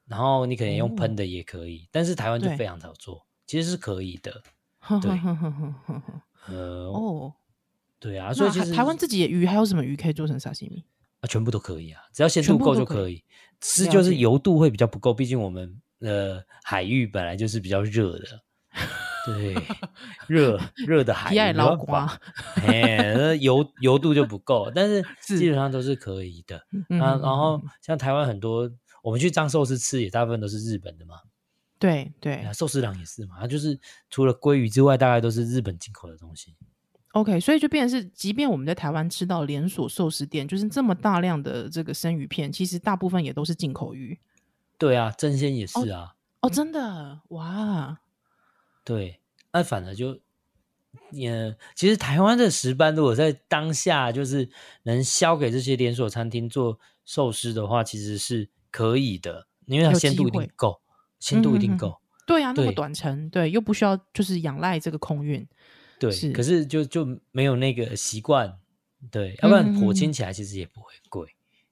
[SPEAKER 1] 然后你可能用
[SPEAKER 2] 哦
[SPEAKER 1] 喷的也可以，但是台湾就
[SPEAKER 2] 对
[SPEAKER 1] 非常少做，其实是可以的，
[SPEAKER 2] 哼
[SPEAKER 1] 对
[SPEAKER 2] 哼哼哼哼哼哼
[SPEAKER 1] 呃，
[SPEAKER 2] 哦，
[SPEAKER 1] 对啊，
[SPEAKER 2] 那
[SPEAKER 1] 所以其
[SPEAKER 2] 还
[SPEAKER 1] 实
[SPEAKER 2] 台湾自己的鱼还有什么鱼可以做成沙西米？
[SPEAKER 1] 啊，全部都可以啊，只要鲜
[SPEAKER 2] 全
[SPEAKER 1] 度
[SPEAKER 2] 部
[SPEAKER 1] 够
[SPEAKER 2] 都
[SPEAKER 1] 就
[SPEAKER 2] 可
[SPEAKER 1] 可以。吃
[SPEAKER 2] 了
[SPEAKER 1] 就
[SPEAKER 2] 解
[SPEAKER 1] 是油度会比较不够，毕竟我们呃海域本来就是比较热的， 对，热热的海
[SPEAKER 2] 皮埃
[SPEAKER 1] 域没
[SPEAKER 2] 劳
[SPEAKER 1] 办
[SPEAKER 2] 瓜
[SPEAKER 1] 法，，哎，那油油度就不够，但是
[SPEAKER 2] 是
[SPEAKER 1] 基本上都是可以的。
[SPEAKER 2] 嗯
[SPEAKER 1] 啊，
[SPEAKER 2] 哼哼
[SPEAKER 1] 然后
[SPEAKER 2] 哼哼
[SPEAKER 1] 像台湾很多，我们去张寿司吃也大部分都是日本的嘛，
[SPEAKER 2] 对对
[SPEAKER 1] 对啊，寿司郎也是嘛，它就是除了鲑鱼之外，大概都是日本进口的东西。
[SPEAKER 2] OK，所以就变成是，即便我们在台湾吃到连锁寿司店，就是这么大量的这个生鱼片，其实大部分也都是进口鱼
[SPEAKER 1] 对啊，真鲜也是啊，
[SPEAKER 2] 哦，真的哇，
[SPEAKER 1] 对，那反而就，也其实台湾的石斑，如果在当下就是能销给这些连锁餐厅做寿司的话，其实是可以的，因为它
[SPEAKER 2] 有
[SPEAKER 1] 鲜
[SPEAKER 2] 机
[SPEAKER 1] 度一
[SPEAKER 2] 会
[SPEAKER 1] 定够，鲜度一
[SPEAKER 2] 嗯哼
[SPEAKER 1] 定
[SPEAKER 2] 哼
[SPEAKER 1] 够。
[SPEAKER 2] 对啊，那么
[SPEAKER 1] 对
[SPEAKER 2] 短程，对，又不需要就是仰赖这个空运，
[SPEAKER 1] 对，
[SPEAKER 2] 是
[SPEAKER 1] 可是就就没有那个习惯，对，要不然
[SPEAKER 2] 嗯哼哼
[SPEAKER 1] 火
[SPEAKER 2] 哼
[SPEAKER 1] 清起来其实也不会贵，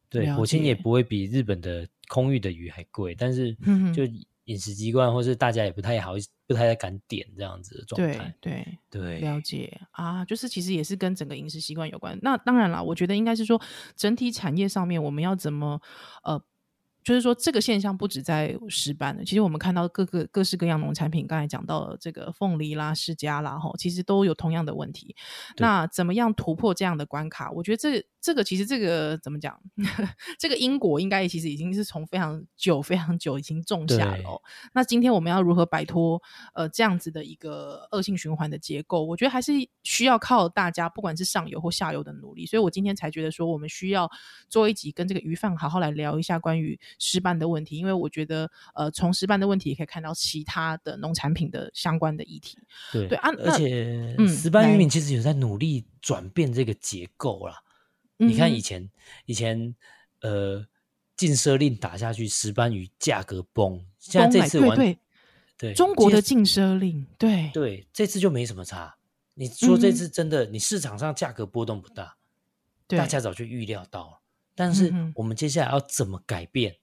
[SPEAKER 1] 对，
[SPEAKER 2] 了
[SPEAKER 1] 火清也
[SPEAKER 2] 解
[SPEAKER 1] 不会比日本的空域的鱼还贵，但是
[SPEAKER 2] 嗯哼
[SPEAKER 1] 就饮食习惯或是大家也不太好意思，不太敢点这样子的状
[SPEAKER 2] 对
[SPEAKER 1] 态，
[SPEAKER 2] 对，
[SPEAKER 1] 对，
[SPEAKER 2] 了解啊，就是其实也是跟整个饮食习惯有关。那当然啦，我觉得应该是说整体产业上面我们要怎么呃，就是说这个现象不止在石斑的，其实我们看到各个各式各样农产品，刚才讲到的这个凤梨啦、释迦啦，吼，其实都有同样的问题。
[SPEAKER 1] 对
[SPEAKER 2] 那怎么样突破这样的关卡？我觉得这这个其实这个怎么讲， 这个因果应该其实已经是从非常久、非常久已经种下了
[SPEAKER 1] 对
[SPEAKER 2] 哦、那今天我们要如何摆脱呃这样子的一个恶性循环的结构？我觉得还是需要靠大家，不管是上游或下游的努力。所以我今天才觉得说，我们需要做一集跟这个鱼贩好好来聊一下关于石斑的问题，因为我觉得呃从石斑的问题也可以看到其他的农产品的相关的议题。
[SPEAKER 1] 对
[SPEAKER 2] 对啊
[SPEAKER 1] 而
[SPEAKER 2] 那
[SPEAKER 1] 且
[SPEAKER 2] 嗯
[SPEAKER 1] 石斑
[SPEAKER 2] 来
[SPEAKER 1] 渔民其实有在努力转变这个结构啦。你看
[SPEAKER 2] 嗯
[SPEAKER 1] 以前以前呃禁奢令打下去，石斑鱼价格崩，现在
[SPEAKER 2] 崩
[SPEAKER 1] 这
[SPEAKER 2] 来
[SPEAKER 1] 次
[SPEAKER 2] 对
[SPEAKER 1] 完
[SPEAKER 2] 对
[SPEAKER 1] 对
[SPEAKER 2] 中国的
[SPEAKER 1] 今
[SPEAKER 2] 禁奢令，对
[SPEAKER 1] 对这次就没什么差。你说
[SPEAKER 2] 嗯
[SPEAKER 1] 这
[SPEAKER 2] 哼
[SPEAKER 1] 次真的，你市场上价格波动不大，
[SPEAKER 2] 对，
[SPEAKER 1] 大家早就预料到了。但是
[SPEAKER 2] 嗯哼
[SPEAKER 1] 我们接下来要怎么改变，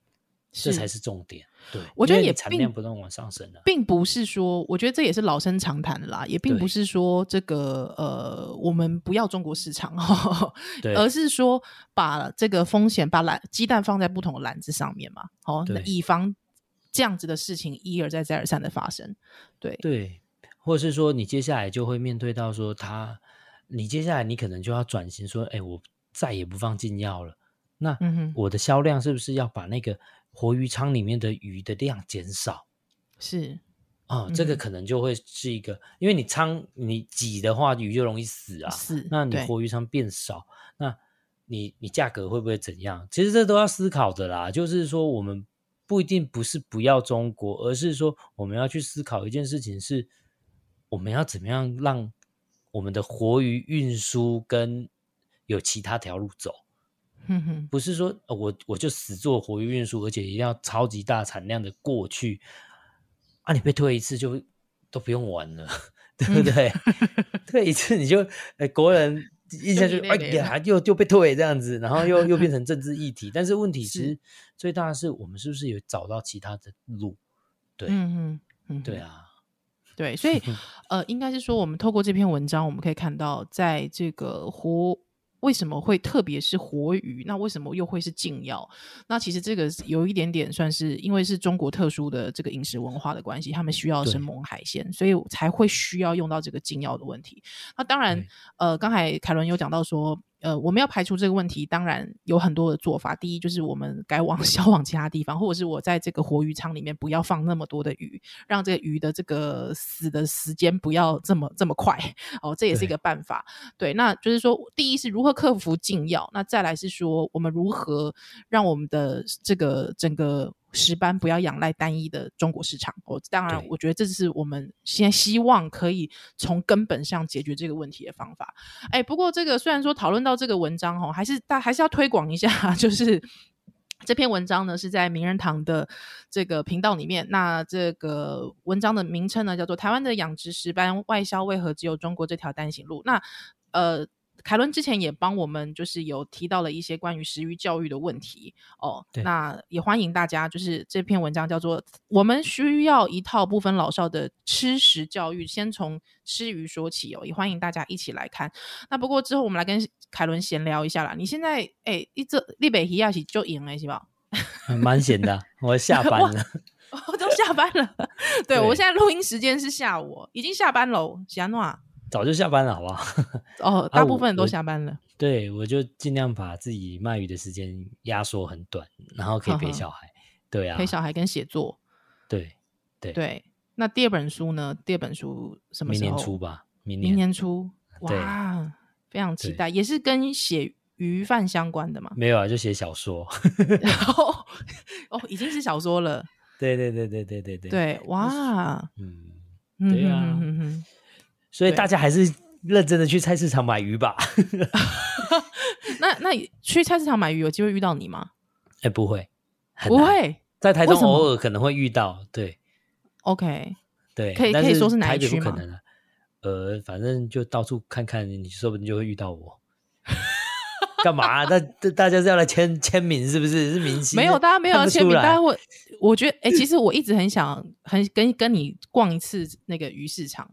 [SPEAKER 1] 这才是重点。对，
[SPEAKER 2] 我觉得
[SPEAKER 1] 因为
[SPEAKER 2] 也
[SPEAKER 1] 你产
[SPEAKER 2] 并
[SPEAKER 1] 量不断往上升啊了。
[SPEAKER 2] 并不是说，我觉得这也是老生常谈啦，也并不
[SPEAKER 1] 对
[SPEAKER 2] 是说这个呃，我们不要中国市场，哦
[SPEAKER 1] 对，
[SPEAKER 2] 而是说把这个风险把篮鸡蛋放在不同的篮子上面嘛，哦，那
[SPEAKER 1] 对
[SPEAKER 2] 以防这样子的事情一而再再而三的发生，对，
[SPEAKER 1] 对，或是说你接下来就会面对到说他，你接下来你可能就要转型说，哎，我再也不放禁药了。那
[SPEAKER 2] 嗯哼，
[SPEAKER 1] 我的销量是不是要把那个活鱼仓里面的鱼的量减少
[SPEAKER 2] 是，
[SPEAKER 1] 啊、这
[SPEAKER 2] 嗯
[SPEAKER 1] 个
[SPEAKER 2] 哼
[SPEAKER 1] 可能就会是一个，因为你仓你挤的话，鱼就容易死啊。
[SPEAKER 2] 是，
[SPEAKER 1] 那你
[SPEAKER 2] 对
[SPEAKER 1] 活鱼仓变少，那你你价格会不会怎样？其实这都要思考的啦。就是说，我们不一定不是不要中国，而是说我们要去思考一件事情是，我们要怎么样让我们的活鱼运输跟有其他条路走，
[SPEAKER 2] 哼嗯哼，
[SPEAKER 1] 不是说、呃我我就死做活鱼运输，而且一定要超级大产量的过去啊！你被退一次就都不用玩了， 对
[SPEAKER 2] 嗯
[SPEAKER 1] 不对？ 退一次你就呃国人一下就
[SPEAKER 2] 就你
[SPEAKER 1] 哎
[SPEAKER 2] 累了
[SPEAKER 1] 呀，又又被退这样子，然后又又变成政治议题。但是问题其
[SPEAKER 2] 是
[SPEAKER 1] 实最大的是，我们是不是有找到其他的路？对
[SPEAKER 2] 嗯哼，嗯哼
[SPEAKER 1] 对啊，
[SPEAKER 2] 对，所以呃，应该是说，我们透过这篇文章，我们可以看到，在这个活为什么会特别是活鱼？那为什么又会是禁药？那其实这个有一点点算是因为是中国特殊的这个饮食文化的关系，他们需要
[SPEAKER 1] 对
[SPEAKER 2] 生猛海鲜，所以才会需要用到这个禁药的问题。那当然
[SPEAKER 1] 对，
[SPEAKER 2] 呃，刚才凯伦有讲到说，呃，我们要排除这个问题，当然有很多的做法。第一就是我们改往 销往其他地方，或者是我在这个活鱼仓里面不要放那么多的鱼，让这个鱼的这个死的时间不要这么这么快。哦，这也是一
[SPEAKER 1] 对
[SPEAKER 2] 个办法。对，那就是说，第一是如何克服禁药，那再来是说我们如何让我们的这个整个石斑不要仰赖单一的中国市场。我、当然
[SPEAKER 1] 对，
[SPEAKER 2] 我觉得这是我们现在希望可以从根本上解决这个问题的方法。哎，不过这个虽然说讨论到这个文章哦，还是大还是要推广一下， 就是。这篇文章呢是在名人堂的这个频道里面。那这个文章的名称呢叫做《台湾的养殖石斑外销为何只有中国这条单行路》。那呃，凯伦之前也帮我们就是有提到了一些关于食鱼教育的问题哦。
[SPEAKER 1] 对
[SPEAKER 2] 那也欢迎大家，就是这篇文章叫做《我们需要一套不分老少的吃食教育》，先从吃鱼说起哦。也欢迎大家一起来看。那不过之后我们来跟凯伦闲聊一下啦。你现在哎，一这立北提亚是就赢了是吧？
[SPEAKER 1] 蛮闲的啊， 我下班了。
[SPEAKER 2] 我都下班了。 对
[SPEAKER 1] 对
[SPEAKER 2] 我现在录音时间是下午，已经下班喽。喜安诺
[SPEAKER 1] 早就下班了，好不好？
[SPEAKER 2] 哦，大部
[SPEAKER 1] 我
[SPEAKER 2] 分人都
[SPEAKER 1] 啊我
[SPEAKER 2] 下班了。
[SPEAKER 1] 对，我就尽量把自己卖鱼的时间压缩很短，然后可以陪小孩。对啊，
[SPEAKER 2] 陪小孩跟写作。
[SPEAKER 1] 对，
[SPEAKER 2] 对，那第二本书呢？第二本书什么
[SPEAKER 1] 明
[SPEAKER 2] 时候？
[SPEAKER 1] 年初，吧，明
[SPEAKER 2] 明
[SPEAKER 1] 年
[SPEAKER 2] 年初。
[SPEAKER 1] 对
[SPEAKER 2] 哇，非常期
[SPEAKER 1] 对
[SPEAKER 2] 待，也是跟写鱼贩相关 的嘛。
[SPEAKER 1] 没有啊，就写小说。
[SPEAKER 2] 然后哦，已经是小说了。
[SPEAKER 1] 对对对对对对对，
[SPEAKER 2] 对，哇，
[SPEAKER 1] 嗯，
[SPEAKER 2] 嗯
[SPEAKER 1] 对啊
[SPEAKER 2] 哼哼哼
[SPEAKER 1] 所以
[SPEAKER 2] 对
[SPEAKER 1] 大家还是认真的去菜市场买鱼吧。
[SPEAKER 2] 哼 那那去菜市场买鱼有机会遇到你吗？
[SPEAKER 1] 哎，不会，很
[SPEAKER 2] 不
[SPEAKER 1] 难，
[SPEAKER 2] 会。
[SPEAKER 1] 在台
[SPEAKER 2] 为
[SPEAKER 1] 中
[SPEAKER 2] 什么
[SPEAKER 1] 偶尔可能会遇到，对
[SPEAKER 2] OK，
[SPEAKER 1] 对，
[SPEAKER 2] 可以
[SPEAKER 1] 但
[SPEAKER 2] 可以说是哪
[SPEAKER 1] 台
[SPEAKER 2] 一
[SPEAKER 1] 北不
[SPEAKER 2] 区
[SPEAKER 1] 可
[SPEAKER 2] 吗
[SPEAKER 1] 能啊。呃，反正就到处看看，你说不定就会遇到我。 干嘛、啊？大大家是要来签签名是不是？是明星？
[SPEAKER 2] 没有，大家没有
[SPEAKER 1] 看
[SPEAKER 2] 要
[SPEAKER 1] 不
[SPEAKER 2] 签名，
[SPEAKER 1] 出
[SPEAKER 2] 大
[SPEAKER 1] 来
[SPEAKER 2] 家会，我觉得，哎、其实我一直很想，很跟跟你逛一次那个鱼市场，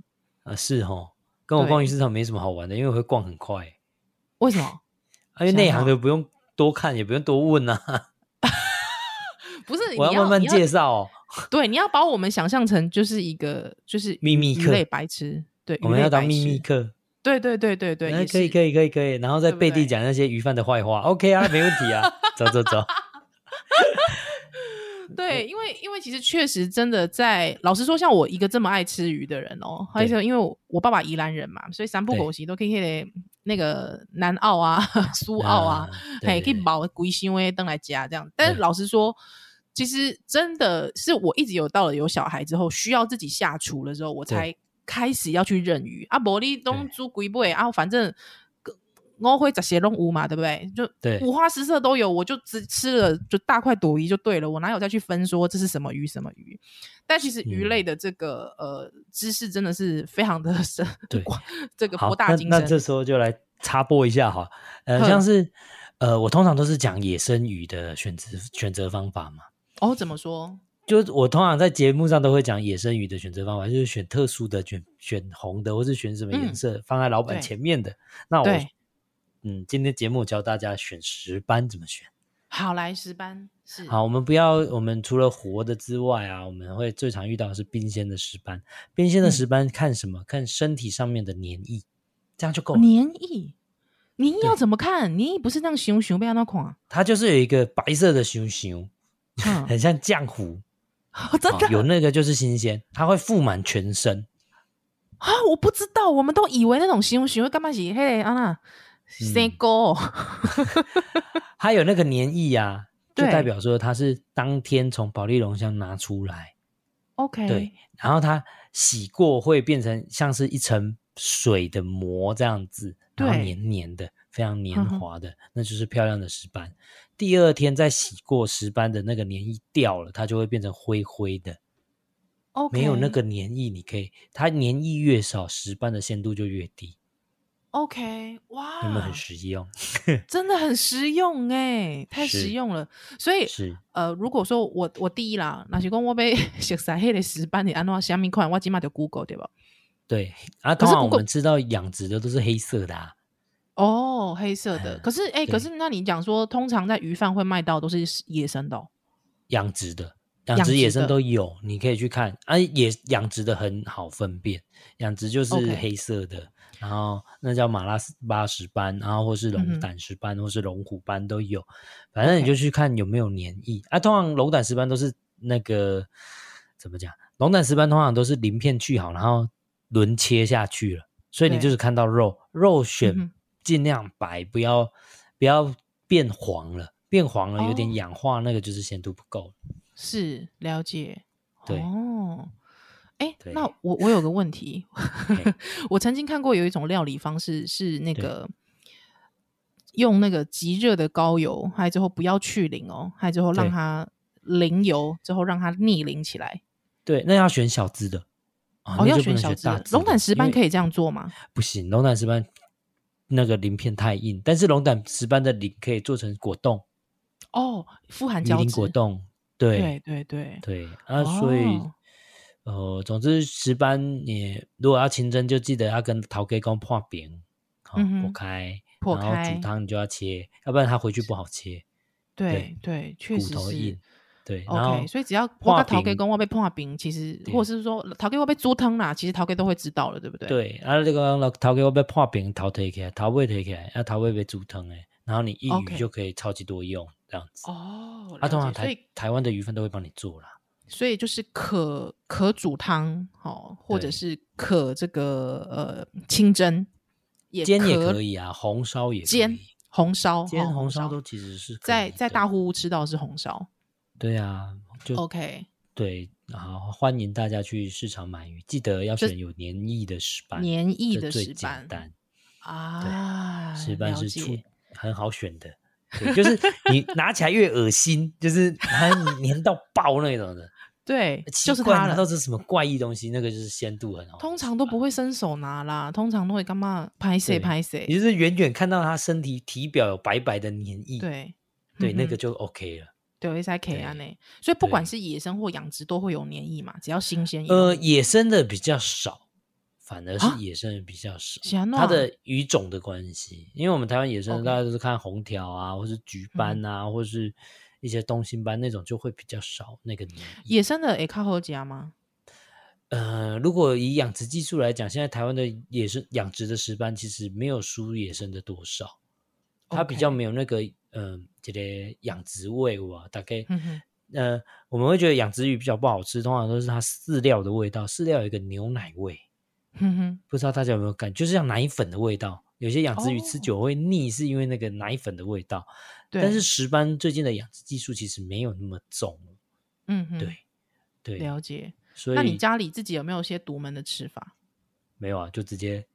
[SPEAKER 1] 啊，是哦，跟我逛
[SPEAKER 2] 对
[SPEAKER 1] 鱼市场没什么好玩的，因为我会逛很快，
[SPEAKER 2] 为什么？
[SPEAKER 1] 啊因为
[SPEAKER 2] 想
[SPEAKER 1] 内行
[SPEAKER 2] 到
[SPEAKER 1] 的不用多看，也不用多问啊，
[SPEAKER 2] 不是，
[SPEAKER 1] 我
[SPEAKER 2] 你
[SPEAKER 1] 慢慢
[SPEAKER 2] 你
[SPEAKER 1] 介绍哦。
[SPEAKER 2] 对，你要把我们想象成就是一个就是
[SPEAKER 1] 秘
[SPEAKER 2] 鱼
[SPEAKER 1] 密
[SPEAKER 2] 鱼
[SPEAKER 1] 客
[SPEAKER 2] 类白痴，对，
[SPEAKER 1] 我
[SPEAKER 2] 鱼
[SPEAKER 1] 们
[SPEAKER 2] 类
[SPEAKER 1] 要当
[SPEAKER 2] 白
[SPEAKER 1] 秘密
[SPEAKER 2] 痴，
[SPEAKER 1] 客，
[SPEAKER 2] 对对对对对，
[SPEAKER 1] 哎
[SPEAKER 2] 也
[SPEAKER 1] 可以
[SPEAKER 2] 是
[SPEAKER 1] 可以可以可以，然后再
[SPEAKER 2] 对不
[SPEAKER 1] 背地
[SPEAKER 2] 对
[SPEAKER 1] 讲那些鱼贩的坏话，OK 啊，没问题 啊，走走走，
[SPEAKER 2] 对，因为因为其实确实真的在，老实说，像我一个这么爱吃鱼的人哦，还有因为我我爸爸宜兰人嘛，所以三不
[SPEAKER 1] 对
[SPEAKER 2] 狗席都可以那个那个南澳啊、 苏澳啊，
[SPEAKER 1] 对，
[SPEAKER 2] 嘿，
[SPEAKER 1] 对
[SPEAKER 2] 可以
[SPEAKER 1] 对嗯
[SPEAKER 2] 把龟新威登来加这样。但是
[SPEAKER 1] 对
[SPEAKER 2] 老实说，其实真的是我一直有到了有小孩之后，需要自己下厨了之后，我
[SPEAKER 1] 对
[SPEAKER 2] 才开始要去认鱼啊。伯利东
[SPEAKER 1] 对
[SPEAKER 2] 租龟背啊，反正我会这些弄乌嘛，对不对？就
[SPEAKER 1] 对
[SPEAKER 2] 五花十色都有，我就只吃了就大快朵颐就对了，我哪有再去分说这是什么鱼什么鱼？但其实鱼
[SPEAKER 1] 嗯
[SPEAKER 2] 类的这个、呃知识真的是非常的深，
[SPEAKER 1] 对
[SPEAKER 2] 这个
[SPEAKER 1] 好
[SPEAKER 2] 博，大精
[SPEAKER 1] 那那
[SPEAKER 2] 深
[SPEAKER 1] 这。时候就来插播一下哈，呃，
[SPEAKER 2] 哼
[SPEAKER 1] 像是呃，我通常都是讲野生鱼的选择选择方法嘛。
[SPEAKER 2] 哦，怎么说？
[SPEAKER 1] 就是我通常在节目上都会讲野生鱼的选择方法，就是选特殊的，选选红的，或是选什么颜
[SPEAKER 2] 嗯
[SPEAKER 1] 色、放在老板
[SPEAKER 2] 对
[SPEAKER 1] 前面的。那我
[SPEAKER 2] 对
[SPEAKER 1] 嗯，今天节目教大家选石斑怎么选。
[SPEAKER 2] 好来石斑是
[SPEAKER 1] 好，我们不要，我们除了活的之外啊，我们会最常遇到的是冰鲜的石斑。冰鲜的
[SPEAKER 2] 嗯
[SPEAKER 1] 石斑看什么？看身体上面的黏液，这样就够了。
[SPEAKER 2] 黏液，黏液要
[SPEAKER 1] 对
[SPEAKER 2] 怎么看？黏液不是那样熊熊被安那款 啊？
[SPEAKER 1] 它就是有一个白色的熊熊，
[SPEAKER 2] 嗯，哦
[SPEAKER 1] 很像浆糊，
[SPEAKER 2] 真
[SPEAKER 1] 好
[SPEAKER 2] 的
[SPEAKER 1] 哎哦有那个就是新鲜，它会覆满全身。
[SPEAKER 2] 啊，我不知道，我们都以为那种熊熊会干嘛洗嘿安娜生沟，
[SPEAKER 1] 嗯它有那个黏液啊，就
[SPEAKER 2] 对
[SPEAKER 1] 代表说它是当天从保利龙箱拿出来，对
[SPEAKER 2] OK，，
[SPEAKER 1] 然后它洗过会变成像是一层水的膜这样子，然后
[SPEAKER 2] 对
[SPEAKER 1] 黏黏的，非常黏
[SPEAKER 2] 嗯哼
[SPEAKER 1] 滑的，那就是漂亮的石斑。第二天再洗过石斑的那个黏液掉了，它就会变成灰灰的，
[SPEAKER 2] o k
[SPEAKER 1] 没有那个黏液，你可以，它黏液越少，石斑的鲜度就越低，
[SPEAKER 2] OK，哇，
[SPEAKER 1] 有没有很实用？
[SPEAKER 2] 真的很实用哎，太
[SPEAKER 1] 是
[SPEAKER 2] 实用了。所以
[SPEAKER 1] 是，
[SPEAKER 2] 呃，如果说我我第一啦，那是讲我被熟悉迄个石斑的安怎下面款，我起码就 Google 对吧？
[SPEAKER 1] 对啊，
[SPEAKER 2] 可
[SPEAKER 1] 通
[SPEAKER 2] 是
[SPEAKER 1] 常
[SPEAKER 2] 不
[SPEAKER 1] 我
[SPEAKER 2] 过
[SPEAKER 1] 们知道养殖的都是黑色的啊。
[SPEAKER 2] 哦，黑色的。
[SPEAKER 1] 哎
[SPEAKER 2] 可是哎、可
[SPEAKER 1] 对
[SPEAKER 2] 是那你讲说，通常在鱼贩会卖到都是野生的哦、
[SPEAKER 1] 养殖的，养
[SPEAKER 2] 养
[SPEAKER 1] 殖野
[SPEAKER 2] 殖
[SPEAKER 1] 生
[SPEAKER 2] 的
[SPEAKER 1] 都有，你可以去看啊。也养殖的很好分辨，养殖就是
[SPEAKER 2] OK
[SPEAKER 1] 黑色的然后那叫马拉斯巴石斑，然后或是
[SPEAKER 2] 嗯
[SPEAKER 1] 龙
[SPEAKER 2] 哼
[SPEAKER 1] 胆石斑，或是龙虎斑都有。反正你就去看有没有粘液啊。通常龙胆石斑都是那个怎么讲？龙胆石斑通常都是鳞片去好，然后轮切下去了，所以你
[SPEAKER 2] 对
[SPEAKER 1] 就是看到肉，肉
[SPEAKER 2] 嗯
[SPEAKER 1] 选
[SPEAKER 2] 哼
[SPEAKER 1] 尽量白，不要不要变黄了。变黄了，有点
[SPEAKER 2] 哦
[SPEAKER 1] 氧化，那个就是鲜度不够。
[SPEAKER 2] 是了解。
[SPEAKER 1] 对
[SPEAKER 2] 哦，哎、
[SPEAKER 1] 对
[SPEAKER 2] 那我我有个问题，
[SPEAKER 1] 嘿
[SPEAKER 2] 我曾经看过有一种料理方式是那
[SPEAKER 1] 对
[SPEAKER 2] 个用那个极热的高油，还有之后不要去淋哦，还有之后让
[SPEAKER 1] 对
[SPEAKER 2] 它淋油，之后让它逆淋起来。
[SPEAKER 1] 对，那要选小只的啊
[SPEAKER 2] 哦，
[SPEAKER 1] 那
[SPEAKER 2] 要
[SPEAKER 1] 就不
[SPEAKER 2] 选
[SPEAKER 1] 能
[SPEAKER 2] 小只
[SPEAKER 1] 大
[SPEAKER 2] 的。龙胆石斑可
[SPEAKER 1] 以
[SPEAKER 2] 以这样做吗？
[SPEAKER 1] 不行，龙胆石斑那个鳞片太硬，但是龙胆石斑的鳞可以做成果冻，
[SPEAKER 2] 哦，富含
[SPEAKER 1] 鱼
[SPEAKER 2] 胶
[SPEAKER 1] 鳞
[SPEAKER 2] 质。
[SPEAKER 1] 果冻。对
[SPEAKER 2] 对对对，
[SPEAKER 1] 对啊，所以、
[SPEAKER 2] 哦
[SPEAKER 1] 呃，总之石斑你如果要清蒸，就记得要跟陶给公破饼，好、
[SPEAKER 2] 嗯
[SPEAKER 1] 破
[SPEAKER 2] 哼
[SPEAKER 1] 开，
[SPEAKER 2] 破
[SPEAKER 1] 然后
[SPEAKER 2] 开
[SPEAKER 1] 煮汤你就要切，要不然它回去不好切，
[SPEAKER 2] 对对，确
[SPEAKER 1] 骨
[SPEAKER 2] 实
[SPEAKER 1] 头
[SPEAKER 2] 是
[SPEAKER 1] 硬。。对，然后
[SPEAKER 2] OK，所以只要
[SPEAKER 1] 画
[SPEAKER 2] 我陶给
[SPEAKER 1] 饼
[SPEAKER 2] 公我被破饼，其实
[SPEAKER 1] 对
[SPEAKER 2] 或是说陶给我被煮汤啦，其实陶给都会知道了，对不对？，
[SPEAKER 1] 对，啊，你讲老头家要破饼，头摕起来，头尾摕起来，啊，头尾被煮汤诶，然后你一鱼
[SPEAKER 2] OK
[SPEAKER 1] 就可以超级多用这样子。
[SPEAKER 2] 哦，
[SPEAKER 1] 啊，
[SPEAKER 2] 了
[SPEAKER 1] 通常
[SPEAKER 2] 解所
[SPEAKER 1] 台
[SPEAKER 2] 以
[SPEAKER 1] 台湾的鱼贩都会帮你做啦。
[SPEAKER 2] 所以就是可可煮汤哦，或
[SPEAKER 1] 对
[SPEAKER 2] 者是可这个呃清蒸，也
[SPEAKER 1] 煎也
[SPEAKER 2] 可
[SPEAKER 1] 可以啊，红烧也可
[SPEAKER 2] 煎
[SPEAKER 1] 以，
[SPEAKER 2] 红烧，
[SPEAKER 1] 煎
[SPEAKER 2] 哦
[SPEAKER 1] 红烧都其实是可
[SPEAKER 2] 在
[SPEAKER 1] 以
[SPEAKER 2] 在
[SPEAKER 1] 的
[SPEAKER 2] 大户屋吃到的是红烧。
[SPEAKER 1] 对啊，就
[SPEAKER 2] OK，
[SPEAKER 1] 对，好欢迎大家去市场买鱼，记得要选有黏液的石斑，
[SPEAKER 2] 黏液
[SPEAKER 1] 这
[SPEAKER 2] 的
[SPEAKER 1] 最
[SPEAKER 2] 石
[SPEAKER 1] 简
[SPEAKER 2] 斑
[SPEAKER 1] 单，
[SPEAKER 2] 啊，
[SPEAKER 1] 石斑
[SPEAKER 2] 了
[SPEAKER 1] 是
[SPEAKER 2] 解
[SPEAKER 1] 出很好选的。对，就是你拿起来越恶心，就是它粘到爆那种的。
[SPEAKER 2] 对，
[SPEAKER 1] 奇
[SPEAKER 2] 就是
[SPEAKER 1] 怪
[SPEAKER 2] 它
[SPEAKER 1] 拿到
[SPEAKER 2] 了。
[SPEAKER 1] 这什么怪异东西，那个就是鲜度很好。
[SPEAKER 2] 通常都不会伸手拿啦，通常都会干嘛拍谁
[SPEAKER 1] 对
[SPEAKER 2] 拍谁
[SPEAKER 1] 你。就是远远看到他身体体表有白白的黏液，
[SPEAKER 2] 对
[SPEAKER 1] 对那个
[SPEAKER 2] 嗯哼
[SPEAKER 1] 就 OK 了。
[SPEAKER 2] 对会在 K 安
[SPEAKER 1] 对
[SPEAKER 2] 呢，所以不管
[SPEAKER 1] 对
[SPEAKER 2] 是野生或养殖都会有黏液嘛，只要新鲜。
[SPEAKER 1] 呃，，野生的比较少，反而
[SPEAKER 2] 啊
[SPEAKER 1] 是野生的比较少，
[SPEAKER 2] 是安怎
[SPEAKER 1] 它的鱼种的关系。因为我们台湾野生的
[SPEAKER 2] OK
[SPEAKER 1] 大家都是看红条啊，或是橘
[SPEAKER 2] 嗯
[SPEAKER 1] 斑啊，或是一些东星斑那种，就会比较少那个黏液。
[SPEAKER 2] 野生的也靠后夹吗？
[SPEAKER 1] 呃，如果以养殖技术来讲，现在台湾的野生养殖的石斑其实没有输野生的多少，它比较
[SPEAKER 2] OK
[SPEAKER 1] 没有那个嗯、这个养殖味哇，大概
[SPEAKER 2] 哼嗯哼
[SPEAKER 1] 呃，我们会觉得养殖鱼比较不好吃，通常都是它饲料的味道，饲料有一个牛奶味，
[SPEAKER 2] 哼哼，
[SPEAKER 1] 不知道大家有没有感，就是像奶粉的味道。有些养殖鱼吃
[SPEAKER 2] 哦
[SPEAKER 1] 久会腻，是因为那个奶粉的味道。
[SPEAKER 2] 对，
[SPEAKER 1] 但是石斑最近的养殖技术其实没有那么重，
[SPEAKER 2] 嗯哼，
[SPEAKER 1] 对，对，
[SPEAKER 2] 了解。
[SPEAKER 1] 所以
[SPEAKER 2] 那你家里自己有没有一些独门的吃法？
[SPEAKER 1] 没有啊，就直接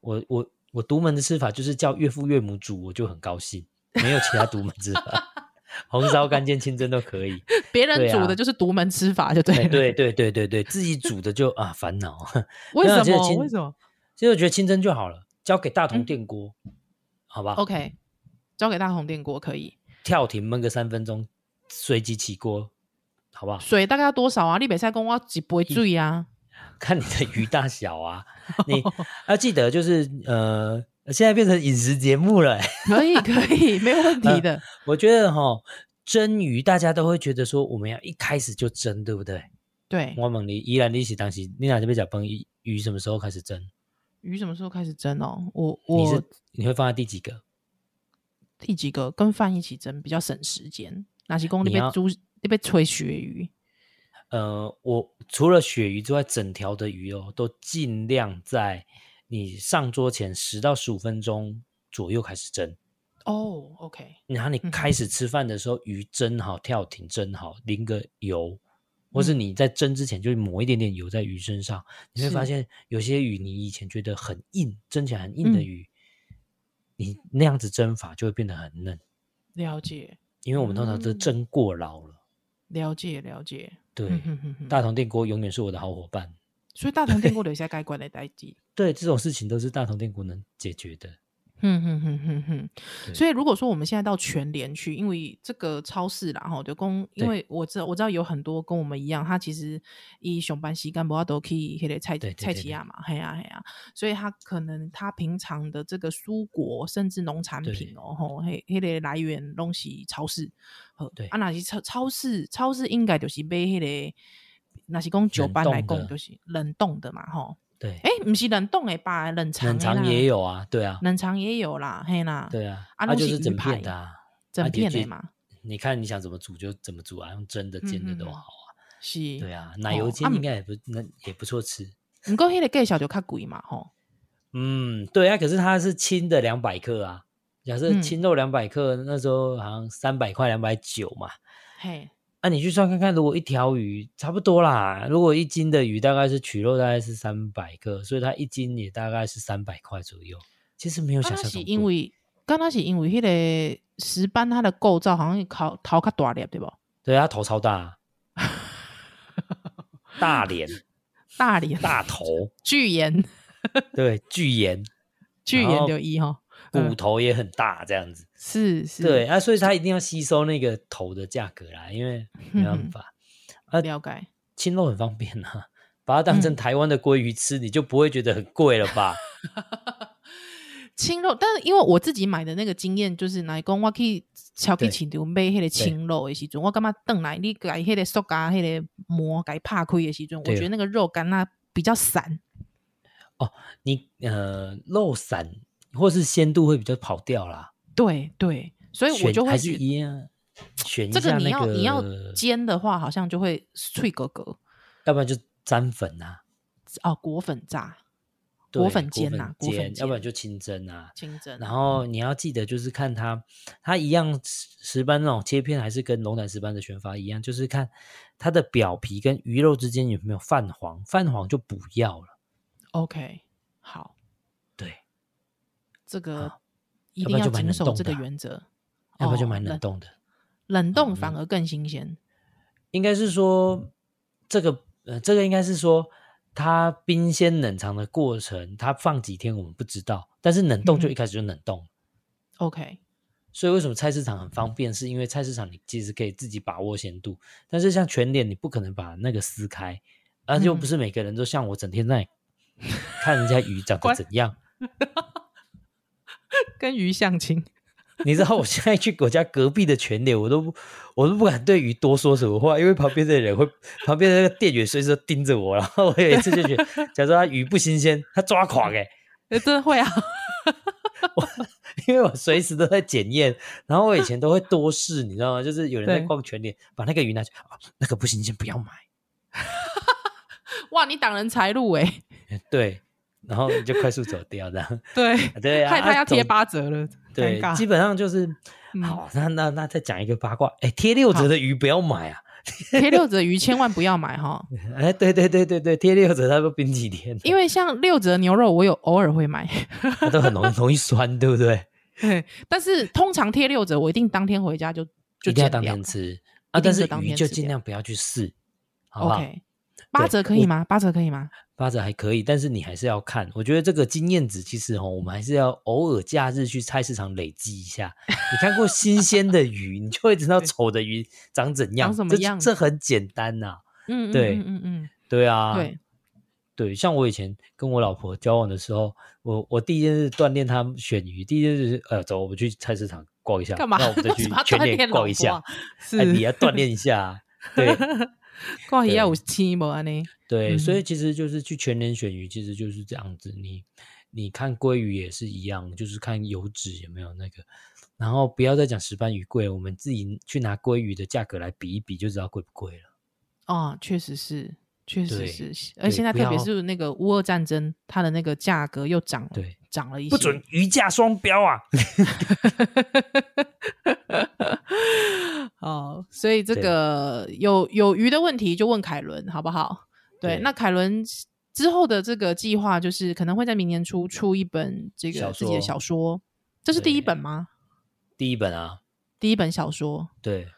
[SPEAKER 1] 我我我独门的吃法就是叫岳父岳母煮，我就很高兴，没有其他独门吃法， 红烧、干煎、清蒸都可以。
[SPEAKER 2] 别人
[SPEAKER 1] 对
[SPEAKER 2] 煮
[SPEAKER 1] 啊
[SPEAKER 2] 的就是独门吃法， 就对
[SPEAKER 1] 哎
[SPEAKER 2] 了。
[SPEAKER 1] 对对对对对，自己煮的就啊烦恼。
[SPEAKER 2] 为
[SPEAKER 1] 那
[SPEAKER 2] 什
[SPEAKER 1] 这个
[SPEAKER 2] 么？
[SPEAKER 1] 清
[SPEAKER 2] 为什么
[SPEAKER 1] 其实我觉得清蒸就好了，交给大同
[SPEAKER 2] 嗯哦
[SPEAKER 1] 电锅，好吧？
[SPEAKER 2] ？OK，交给大红电锅可以。
[SPEAKER 1] 跳停焖个三分钟，随即起锅，好不好？
[SPEAKER 2] 水大概要多少啊？立北菜公我几杯醉啊？
[SPEAKER 1] 看你的鱼大小啊， 你要记得就是呃，现在变成饮食节目了、
[SPEAKER 2] 可以可以，没有 问
[SPEAKER 1] 呃
[SPEAKER 2] 题的。
[SPEAKER 1] 我觉得哈，蒸鱼大家都会觉得说我们要一开始就蒸，对不对？
[SPEAKER 2] 对，
[SPEAKER 1] 我问你，依然你是当时你哪这边讲崩鱼鱼什么时候开始蒸？
[SPEAKER 2] 鱼什么时候开始蒸哦？我
[SPEAKER 1] 你
[SPEAKER 2] 我
[SPEAKER 1] 是你会放在第几个？
[SPEAKER 2] 第几个跟饭一起蒸比较省时间？哪些公那
[SPEAKER 1] 你要
[SPEAKER 2] 边猪那边吹鳕鱼？
[SPEAKER 1] 呃，我除了鳕鱼之外，整条的鱼哦，都尽量在你上桌前十到十五分钟左右开始蒸。
[SPEAKER 2] 哦，OK，
[SPEAKER 1] 然后你
[SPEAKER 2] 嗯
[SPEAKER 1] 开始吃饭的时候，鱼蒸好，跳停蒸好，淋个油，或
[SPEAKER 2] 嗯
[SPEAKER 1] 是你在蒸之前就抹一点点油在鱼身上，你会发
[SPEAKER 2] 是
[SPEAKER 1] 现有些鱼你以前觉得很硬，蒸起来很硬的
[SPEAKER 2] 嗯
[SPEAKER 1] 鱼，你那样子蒸法就会变得很嫩，
[SPEAKER 2] 了解
[SPEAKER 1] 因为我们通常都
[SPEAKER 2] 嗯
[SPEAKER 1] 蒸过老了。
[SPEAKER 2] 了解了解。
[SPEAKER 1] 对，
[SPEAKER 2] 嗯哼哼哼
[SPEAKER 1] 大同电锅永远是我的好伙伴。
[SPEAKER 2] 所以大同电锅留下该关的代际。
[SPEAKER 1] 对，这种事情都是大同电锅能解决的。
[SPEAKER 2] 哼哼哼哼哼，
[SPEAKER 1] 对
[SPEAKER 2] 所以如果说我们现在到全联去，因为这个超市啦，哈，就公，因
[SPEAKER 1] 对
[SPEAKER 2] 为我知道我知道有很多跟我们一样，他其实以熊班西干不都可以黑的菜
[SPEAKER 1] 对对
[SPEAKER 2] 菜
[SPEAKER 1] 对
[SPEAKER 2] 奇
[SPEAKER 1] 对
[SPEAKER 2] 亚嘛，嘿啊呀嘿呀，所以他可能他平常的这个蔬果甚至农产
[SPEAKER 1] 对
[SPEAKER 2] 品哦，吼，黑黑的来源东西超市，呵
[SPEAKER 1] 对
[SPEAKER 2] 啊那是超超市超市应该就是买黑的，那是讲酒
[SPEAKER 1] 冷
[SPEAKER 2] 班来
[SPEAKER 1] 冻的
[SPEAKER 2] 讲就是冷冻的嘛，吼，
[SPEAKER 1] 对，
[SPEAKER 2] 诶，不是冷冻的吧，冷藏
[SPEAKER 1] 冷
[SPEAKER 2] 的
[SPEAKER 1] 藏
[SPEAKER 2] 啦
[SPEAKER 1] 也。有啊，对啊，
[SPEAKER 2] 冷藏也有啦，嘿啦，
[SPEAKER 1] 对啊，它
[SPEAKER 2] 啊拢
[SPEAKER 1] 就是是
[SPEAKER 2] 鱼
[SPEAKER 1] 整
[SPEAKER 2] 排
[SPEAKER 1] 片的啊，
[SPEAKER 2] 整
[SPEAKER 1] 啊就
[SPEAKER 2] 片的
[SPEAKER 1] 就
[SPEAKER 2] 嘛，
[SPEAKER 1] 你看你想怎么煮就怎么煮啊，用蒸的、煎的都
[SPEAKER 2] 嗯嗯嗯
[SPEAKER 1] 好啊。
[SPEAKER 2] 是，
[SPEAKER 1] 对啊，奶
[SPEAKER 2] 哦
[SPEAKER 1] 油
[SPEAKER 2] 啊
[SPEAKER 1] 煎
[SPEAKER 2] 唔
[SPEAKER 1] 应该也不那也不错吃。
[SPEAKER 2] 不过迄个价小就较贵嘛，吼，
[SPEAKER 1] 嗯，对啊，可是它是轻的两百克啊。假设
[SPEAKER 2] 嗯
[SPEAKER 1] 轻肉两百克，那时候好像三百块、两百九嘛。
[SPEAKER 2] 嘿，
[SPEAKER 1] 啊，你去算看看，如果一条鱼差不多啦，如果一斤的鱼大概是取肉大概是三百克，所以它一斤也大概是三百块左右。其实没有
[SPEAKER 2] 刚
[SPEAKER 1] 想
[SPEAKER 2] 啊那
[SPEAKER 1] 象
[SPEAKER 2] 是
[SPEAKER 1] 中
[SPEAKER 2] 因
[SPEAKER 1] 贵
[SPEAKER 2] 为，刚那是因为迄个石斑它的构造好像头头较大粒对不？
[SPEAKER 1] 对它头超大啊，大 脸、
[SPEAKER 2] 大脸、
[SPEAKER 1] 大头，
[SPEAKER 2] 巨岩、
[SPEAKER 1] 对，巨眼，
[SPEAKER 2] 巨
[SPEAKER 1] 然
[SPEAKER 2] 岩
[SPEAKER 1] 后
[SPEAKER 2] 就一吼，
[SPEAKER 1] 骨
[SPEAKER 2] 嗯
[SPEAKER 1] 头也很大，这样子。
[SPEAKER 2] 是是，
[SPEAKER 1] 对，啊，所以它一定要吸收那个头的价格啦，因为
[SPEAKER 2] 嗯
[SPEAKER 1] 没办法，啊
[SPEAKER 2] 了解，
[SPEAKER 1] 青肉很方便啊，把它当成
[SPEAKER 2] 嗯
[SPEAKER 1] 台湾的鲑鱼吃，你就不会觉得很贵了吧？
[SPEAKER 2] 青肉，但是因为我自己买的那个经验就是，来讲我去超去
[SPEAKER 1] 对
[SPEAKER 2] 市场买迄个青肉的时阵，我感觉等来你改迄个塑胶迄个膜改拍开的时阵，我
[SPEAKER 1] 对啊
[SPEAKER 2] 觉得那个肉干那比较散。
[SPEAKER 1] 你呃肉散或是鲜度会比较跑掉啦，
[SPEAKER 2] 对对，所以我
[SPEAKER 1] 选
[SPEAKER 2] 就会
[SPEAKER 1] 还是
[SPEAKER 2] 觉
[SPEAKER 1] 一样选一
[SPEAKER 2] 这
[SPEAKER 1] 下
[SPEAKER 2] 你
[SPEAKER 1] 那
[SPEAKER 2] 要
[SPEAKER 1] 个，
[SPEAKER 2] 你要煎的话，好像就会脆格格
[SPEAKER 1] 要不然就沾粉啊，
[SPEAKER 2] 哦，裹粉炸、
[SPEAKER 1] 对
[SPEAKER 2] 裹粉煎呐、
[SPEAKER 1] 裹
[SPEAKER 2] 裹
[SPEAKER 1] 粉
[SPEAKER 2] 粉
[SPEAKER 1] 煎，要不然就
[SPEAKER 2] 煎
[SPEAKER 1] 清蒸啊。
[SPEAKER 2] 清蒸，
[SPEAKER 1] 然后你要记得，就是看它，它一样石石斑那种切片，还是跟龙胆石斑的选法一样，就是看它的表皮跟鱼肉之间有没有泛黄，泛黄就不要了。
[SPEAKER 2] OK 好，
[SPEAKER 1] 对，
[SPEAKER 2] 这个
[SPEAKER 1] 好
[SPEAKER 2] 一
[SPEAKER 1] 要不
[SPEAKER 2] 定
[SPEAKER 1] 然就买
[SPEAKER 2] 谨
[SPEAKER 1] 冷
[SPEAKER 2] 守
[SPEAKER 1] 冻
[SPEAKER 2] 这
[SPEAKER 1] 的
[SPEAKER 2] 个
[SPEAKER 1] 啊
[SPEAKER 2] 原则，
[SPEAKER 1] 要不然就
[SPEAKER 2] 哦
[SPEAKER 1] 买冷，冻的。
[SPEAKER 2] 冷冻反而更新鲜。
[SPEAKER 1] 应该是说这个呃，这个应该是说它冰鲜冷藏的过程，它放几天我们不知道，但是冷冻就
[SPEAKER 2] 嗯
[SPEAKER 1] 一开始就冷冻。
[SPEAKER 2] OK，
[SPEAKER 1] 所以为什么菜市场很方便，是因为菜市场你其实可以自己把握鲜度，但是像全脸你不可能把那个撕开，而且又不
[SPEAKER 2] 嗯
[SPEAKER 1] 是每个人都像我整天在 看人家鱼长得
[SPEAKER 2] 乖
[SPEAKER 1] 怎样。
[SPEAKER 2] 跟鱼相亲，
[SPEAKER 1] 你知道我现在去我家隔壁的全脸，我都不我都不敢对鱼多说什么话，因为旁边的人会，旁边的那个店员随时都盯着我。然后我有一次就觉得，假如他鱼不新鲜，他抓狂哎、
[SPEAKER 2] 呃真的会啊，
[SPEAKER 1] 因为我随时都在检验。然后我以前都会多事，你知道吗？就是有人在
[SPEAKER 2] 对
[SPEAKER 1] 逛全脸，把那个鱼拿去，啊那个不新鲜，不要买。
[SPEAKER 2] 哇，你挡人财路哎、
[SPEAKER 1] 对，然后你就快速走掉这样。
[SPEAKER 2] 对，
[SPEAKER 1] 对啊，
[SPEAKER 2] 害他
[SPEAKER 1] 啊
[SPEAKER 2] 要贴。
[SPEAKER 1] 总
[SPEAKER 2] 八折 了，
[SPEAKER 1] 对
[SPEAKER 2] 尴，尬
[SPEAKER 1] 基本上就是
[SPEAKER 2] 嗯
[SPEAKER 1] 好。那那那再讲一个八卦，哎，贴六折的鱼不要买啊。
[SPEAKER 2] 贴六折鱼千万不要买 哈，
[SPEAKER 1] 哎，对对对对对，贴六折它都冰几 天了，
[SPEAKER 2] 因为像六折牛肉，我有偶尔会买。
[SPEAKER 1] 它都很容易容易酸，对不对？
[SPEAKER 2] 对，但是通常贴六折，我一定当天回家就就
[SPEAKER 1] 一定要
[SPEAKER 2] 剪
[SPEAKER 1] 当
[SPEAKER 2] 掉
[SPEAKER 1] 天吃啊，
[SPEAKER 2] 一定
[SPEAKER 1] 但
[SPEAKER 2] 是
[SPEAKER 1] 是
[SPEAKER 2] 当
[SPEAKER 1] 鱼
[SPEAKER 2] 天
[SPEAKER 1] 就
[SPEAKER 2] 吃
[SPEAKER 1] 尽
[SPEAKER 2] 掉
[SPEAKER 1] 量不要去试，好不好？
[SPEAKER 2] OK，八
[SPEAKER 1] 对
[SPEAKER 2] 折可以
[SPEAKER 1] 我
[SPEAKER 2] 吗？八折可以吗？
[SPEAKER 1] 八折还可以，但是你还是要看。我觉得这个经验值其实哦，我们还是要偶尔假日去菜市场累积一 下。你看过新鲜的鱼，你就会知道
[SPEAKER 2] 对
[SPEAKER 1] 丑的鱼长怎样，
[SPEAKER 2] 什么样
[SPEAKER 1] 这这很简单呐、
[SPEAKER 2] 嗯，嗯
[SPEAKER 1] 对
[SPEAKER 2] 嗯嗯嗯
[SPEAKER 1] 对啊，
[SPEAKER 2] 嗯，对，
[SPEAKER 1] 对，像我以前跟我老婆交往的时候，我我第一件事锻炼她选鱼，第一件事就是呃，走，我们去菜市场逛一下，
[SPEAKER 2] 干嘛？
[SPEAKER 1] 那我们 再
[SPEAKER 2] 为什
[SPEAKER 1] 去
[SPEAKER 2] 么要
[SPEAKER 1] 全
[SPEAKER 2] 锻
[SPEAKER 1] 年
[SPEAKER 2] 炼老
[SPEAKER 1] 逛一
[SPEAKER 2] 婆
[SPEAKER 1] 下
[SPEAKER 2] 啊，，
[SPEAKER 1] 哎，你
[SPEAKER 2] 是
[SPEAKER 1] 要锻炼一下啊， 对
[SPEAKER 2] 挂一下
[SPEAKER 1] 对
[SPEAKER 2] 有七毛安呢？
[SPEAKER 1] 对，所
[SPEAKER 2] 嗯
[SPEAKER 1] 以其实就是去全年选鱼，其实就是这样子。你你看鲑鱼也是一样，就是看油脂有没有那个，然后不要再讲石斑鱼贵，我们自己去拿鲑鱼的价格来比一比，就知道贵不贵了。
[SPEAKER 2] 哦，确实是，确实
[SPEAKER 1] 对
[SPEAKER 2] 是，
[SPEAKER 1] 对
[SPEAKER 2] 而现在
[SPEAKER 1] 不
[SPEAKER 2] 特别
[SPEAKER 1] 要
[SPEAKER 2] 是那个乌俄战争，它的那个价格又涨，
[SPEAKER 1] 对，
[SPEAKER 2] 涨了一些，
[SPEAKER 1] 不准鱼价双标啊！
[SPEAKER 2] 哦，所以这
[SPEAKER 1] 对
[SPEAKER 2] 个有有鱼的问题就问凯伦好不好？对，
[SPEAKER 1] 对
[SPEAKER 2] 那凯伦之后的这个计划就是可能会在明年初出一本这个
[SPEAKER 1] 小
[SPEAKER 2] 自己
[SPEAKER 1] 说
[SPEAKER 2] 的小说，这是第一
[SPEAKER 1] 对
[SPEAKER 2] 本吗？
[SPEAKER 1] 第一本啊，
[SPEAKER 2] 第一本小说
[SPEAKER 1] 对，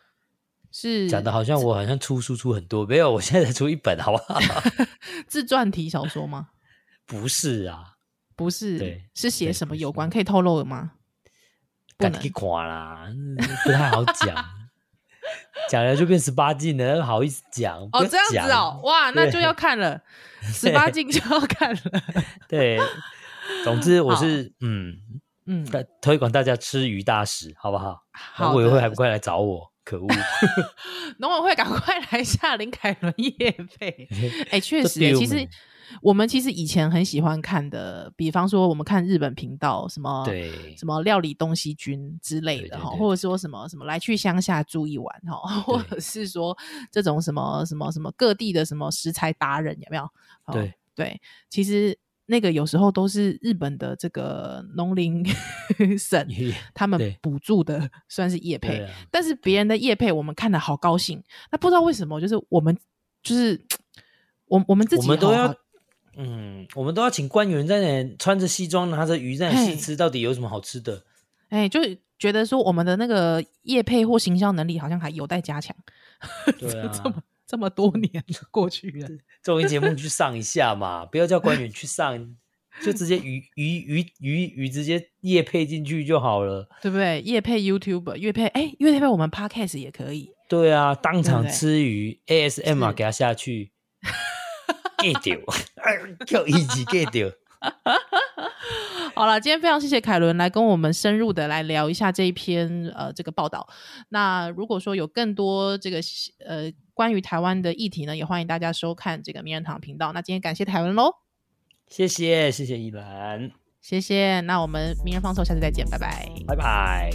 [SPEAKER 2] 是
[SPEAKER 1] 讲的好像我好像出书出很多，没有，我现在才出一本，好不好？
[SPEAKER 2] 自传体小说吗？
[SPEAKER 1] 不是啊，
[SPEAKER 2] 不是
[SPEAKER 1] 对，
[SPEAKER 2] 是写
[SPEAKER 1] 对
[SPEAKER 2] 什么
[SPEAKER 1] 不
[SPEAKER 2] 有
[SPEAKER 1] 是
[SPEAKER 2] 关？可以透露吗？不
[SPEAKER 1] 赶
[SPEAKER 2] 能
[SPEAKER 1] 紧垮啦， 嗯不太好讲， 讲了就变十八禁了，那好意思讲？
[SPEAKER 2] 哦，
[SPEAKER 1] 不要
[SPEAKER 2] 这样子哦，
[SPEAKER 1] 讲，
[SPEAKER 2] 哇，那就
[SPEAKER 1] 对
[SPEAKER 2] 要 看了，十八禁就要看了。
[SPEAKER 1] 对。总之，我
[SPEAKER 2] 好
[SPEAKER 1] 是嗯，
[SPEAKER 2] 嗯，
[SPEAKER 1] 大推广大家吃鱼大食，好不好？
[SPEAKER 2] 好
[SPEAKER 1] 委员会还
[SPEAKER 2] 的
[SPEAKER 1] 不，快来找我，可 恶！
[SPEAKER 2] 农委会赶快来下林凯伦夜配。哎，确
[SPEAKER 1] 这
[SPEAKER 2] 实欸，
[SPEAKER 1] 丢
[SPEAKER 2] 其实
[SPEAKER 1] 没
[SPEAKER 2] 我们其实以前很喜欢看的，比方说我们看日本频道什么。
[SPEAKER 1] 对，
[SPEAKER 2] 哦什么料理东西君之类的
[SPEAKER 1] 对对
[SPEAKER 2] 哈，
[SPEAKER 1] 对
[SPEAKER 2] 或者说什么什么来去乡下住一晚哈，或者是说这种什么什么什么各地的什么食材达人有没有？哦
[SPEAKER 1] 对
[SPEAKER 2] 对，其实那个有时候都是日本的这个农林 省
[SPEAKER 1] 也
[SPEAKER 2] 他们
[SPEAKER 1] 对
[SPEAKER 2] 补助的，算是业
[SPEAKER 1] 对
[SPEAKER 2] 配，
[SPEAKER 1] 啊，
[SPEAKER 2] 但是别人的业配我们看的好高兴，那不知道为什么就是我们就是我我们自己
[SPEAKER 1] 我们都
[SPEAKER 2] 吼
[SPEAKER 1] 要，嗯，我们都要请官员在那里穿着西装，拿着鱼在那里
[SPEAKER 2] 嘿
[SPEAKER 1] 试吃，到底有什么好吃 的？
[SPEAKER 2] 哎，就是觉得说我们的那个业配或行销能力好像还有待加强。
[SPEAKER 1] 对啊，
[SPEAKER 2] 这么这么多年 过去了，
[SPEAKER 1] 综艺节目去上一下嘛，不要叫官员去上，就直接鱼鱼鱼鱼鱼直接夜配进去就好了。
[SPEAKER 2] 对不对？夜配 YouTube，夜配哎，夜配我们 Podcast 也可以。
[SPEAKER 1] 对啊，当
[SPEAKER 2] 对
[SPEAKER 1] 场
[SPEAKER 2] 不对
[SPEAKER 1] 吃鱼 ASM 啊，
[SPEAKER 2] 是
[SPEAKER 1] 给他下 去 get 掉，哎叫一起 get 掉。
[SPEAKER 2] 好了，今天非常谢谢凯伦来跟我们深入的来聊一下这一篇呃这个报道。那如果说有更多这个呃关于台湾的议题呢，也欢迎大家收看这个名人堂频道。那今天感谢凯伦喽，
[SPEAKER 1] 谢谢谢谢依兰，
[SPEAKER 2] 谢谢。那我们名人放送，下次再见，拜拜。
[SPEAKER 1] 拜拜。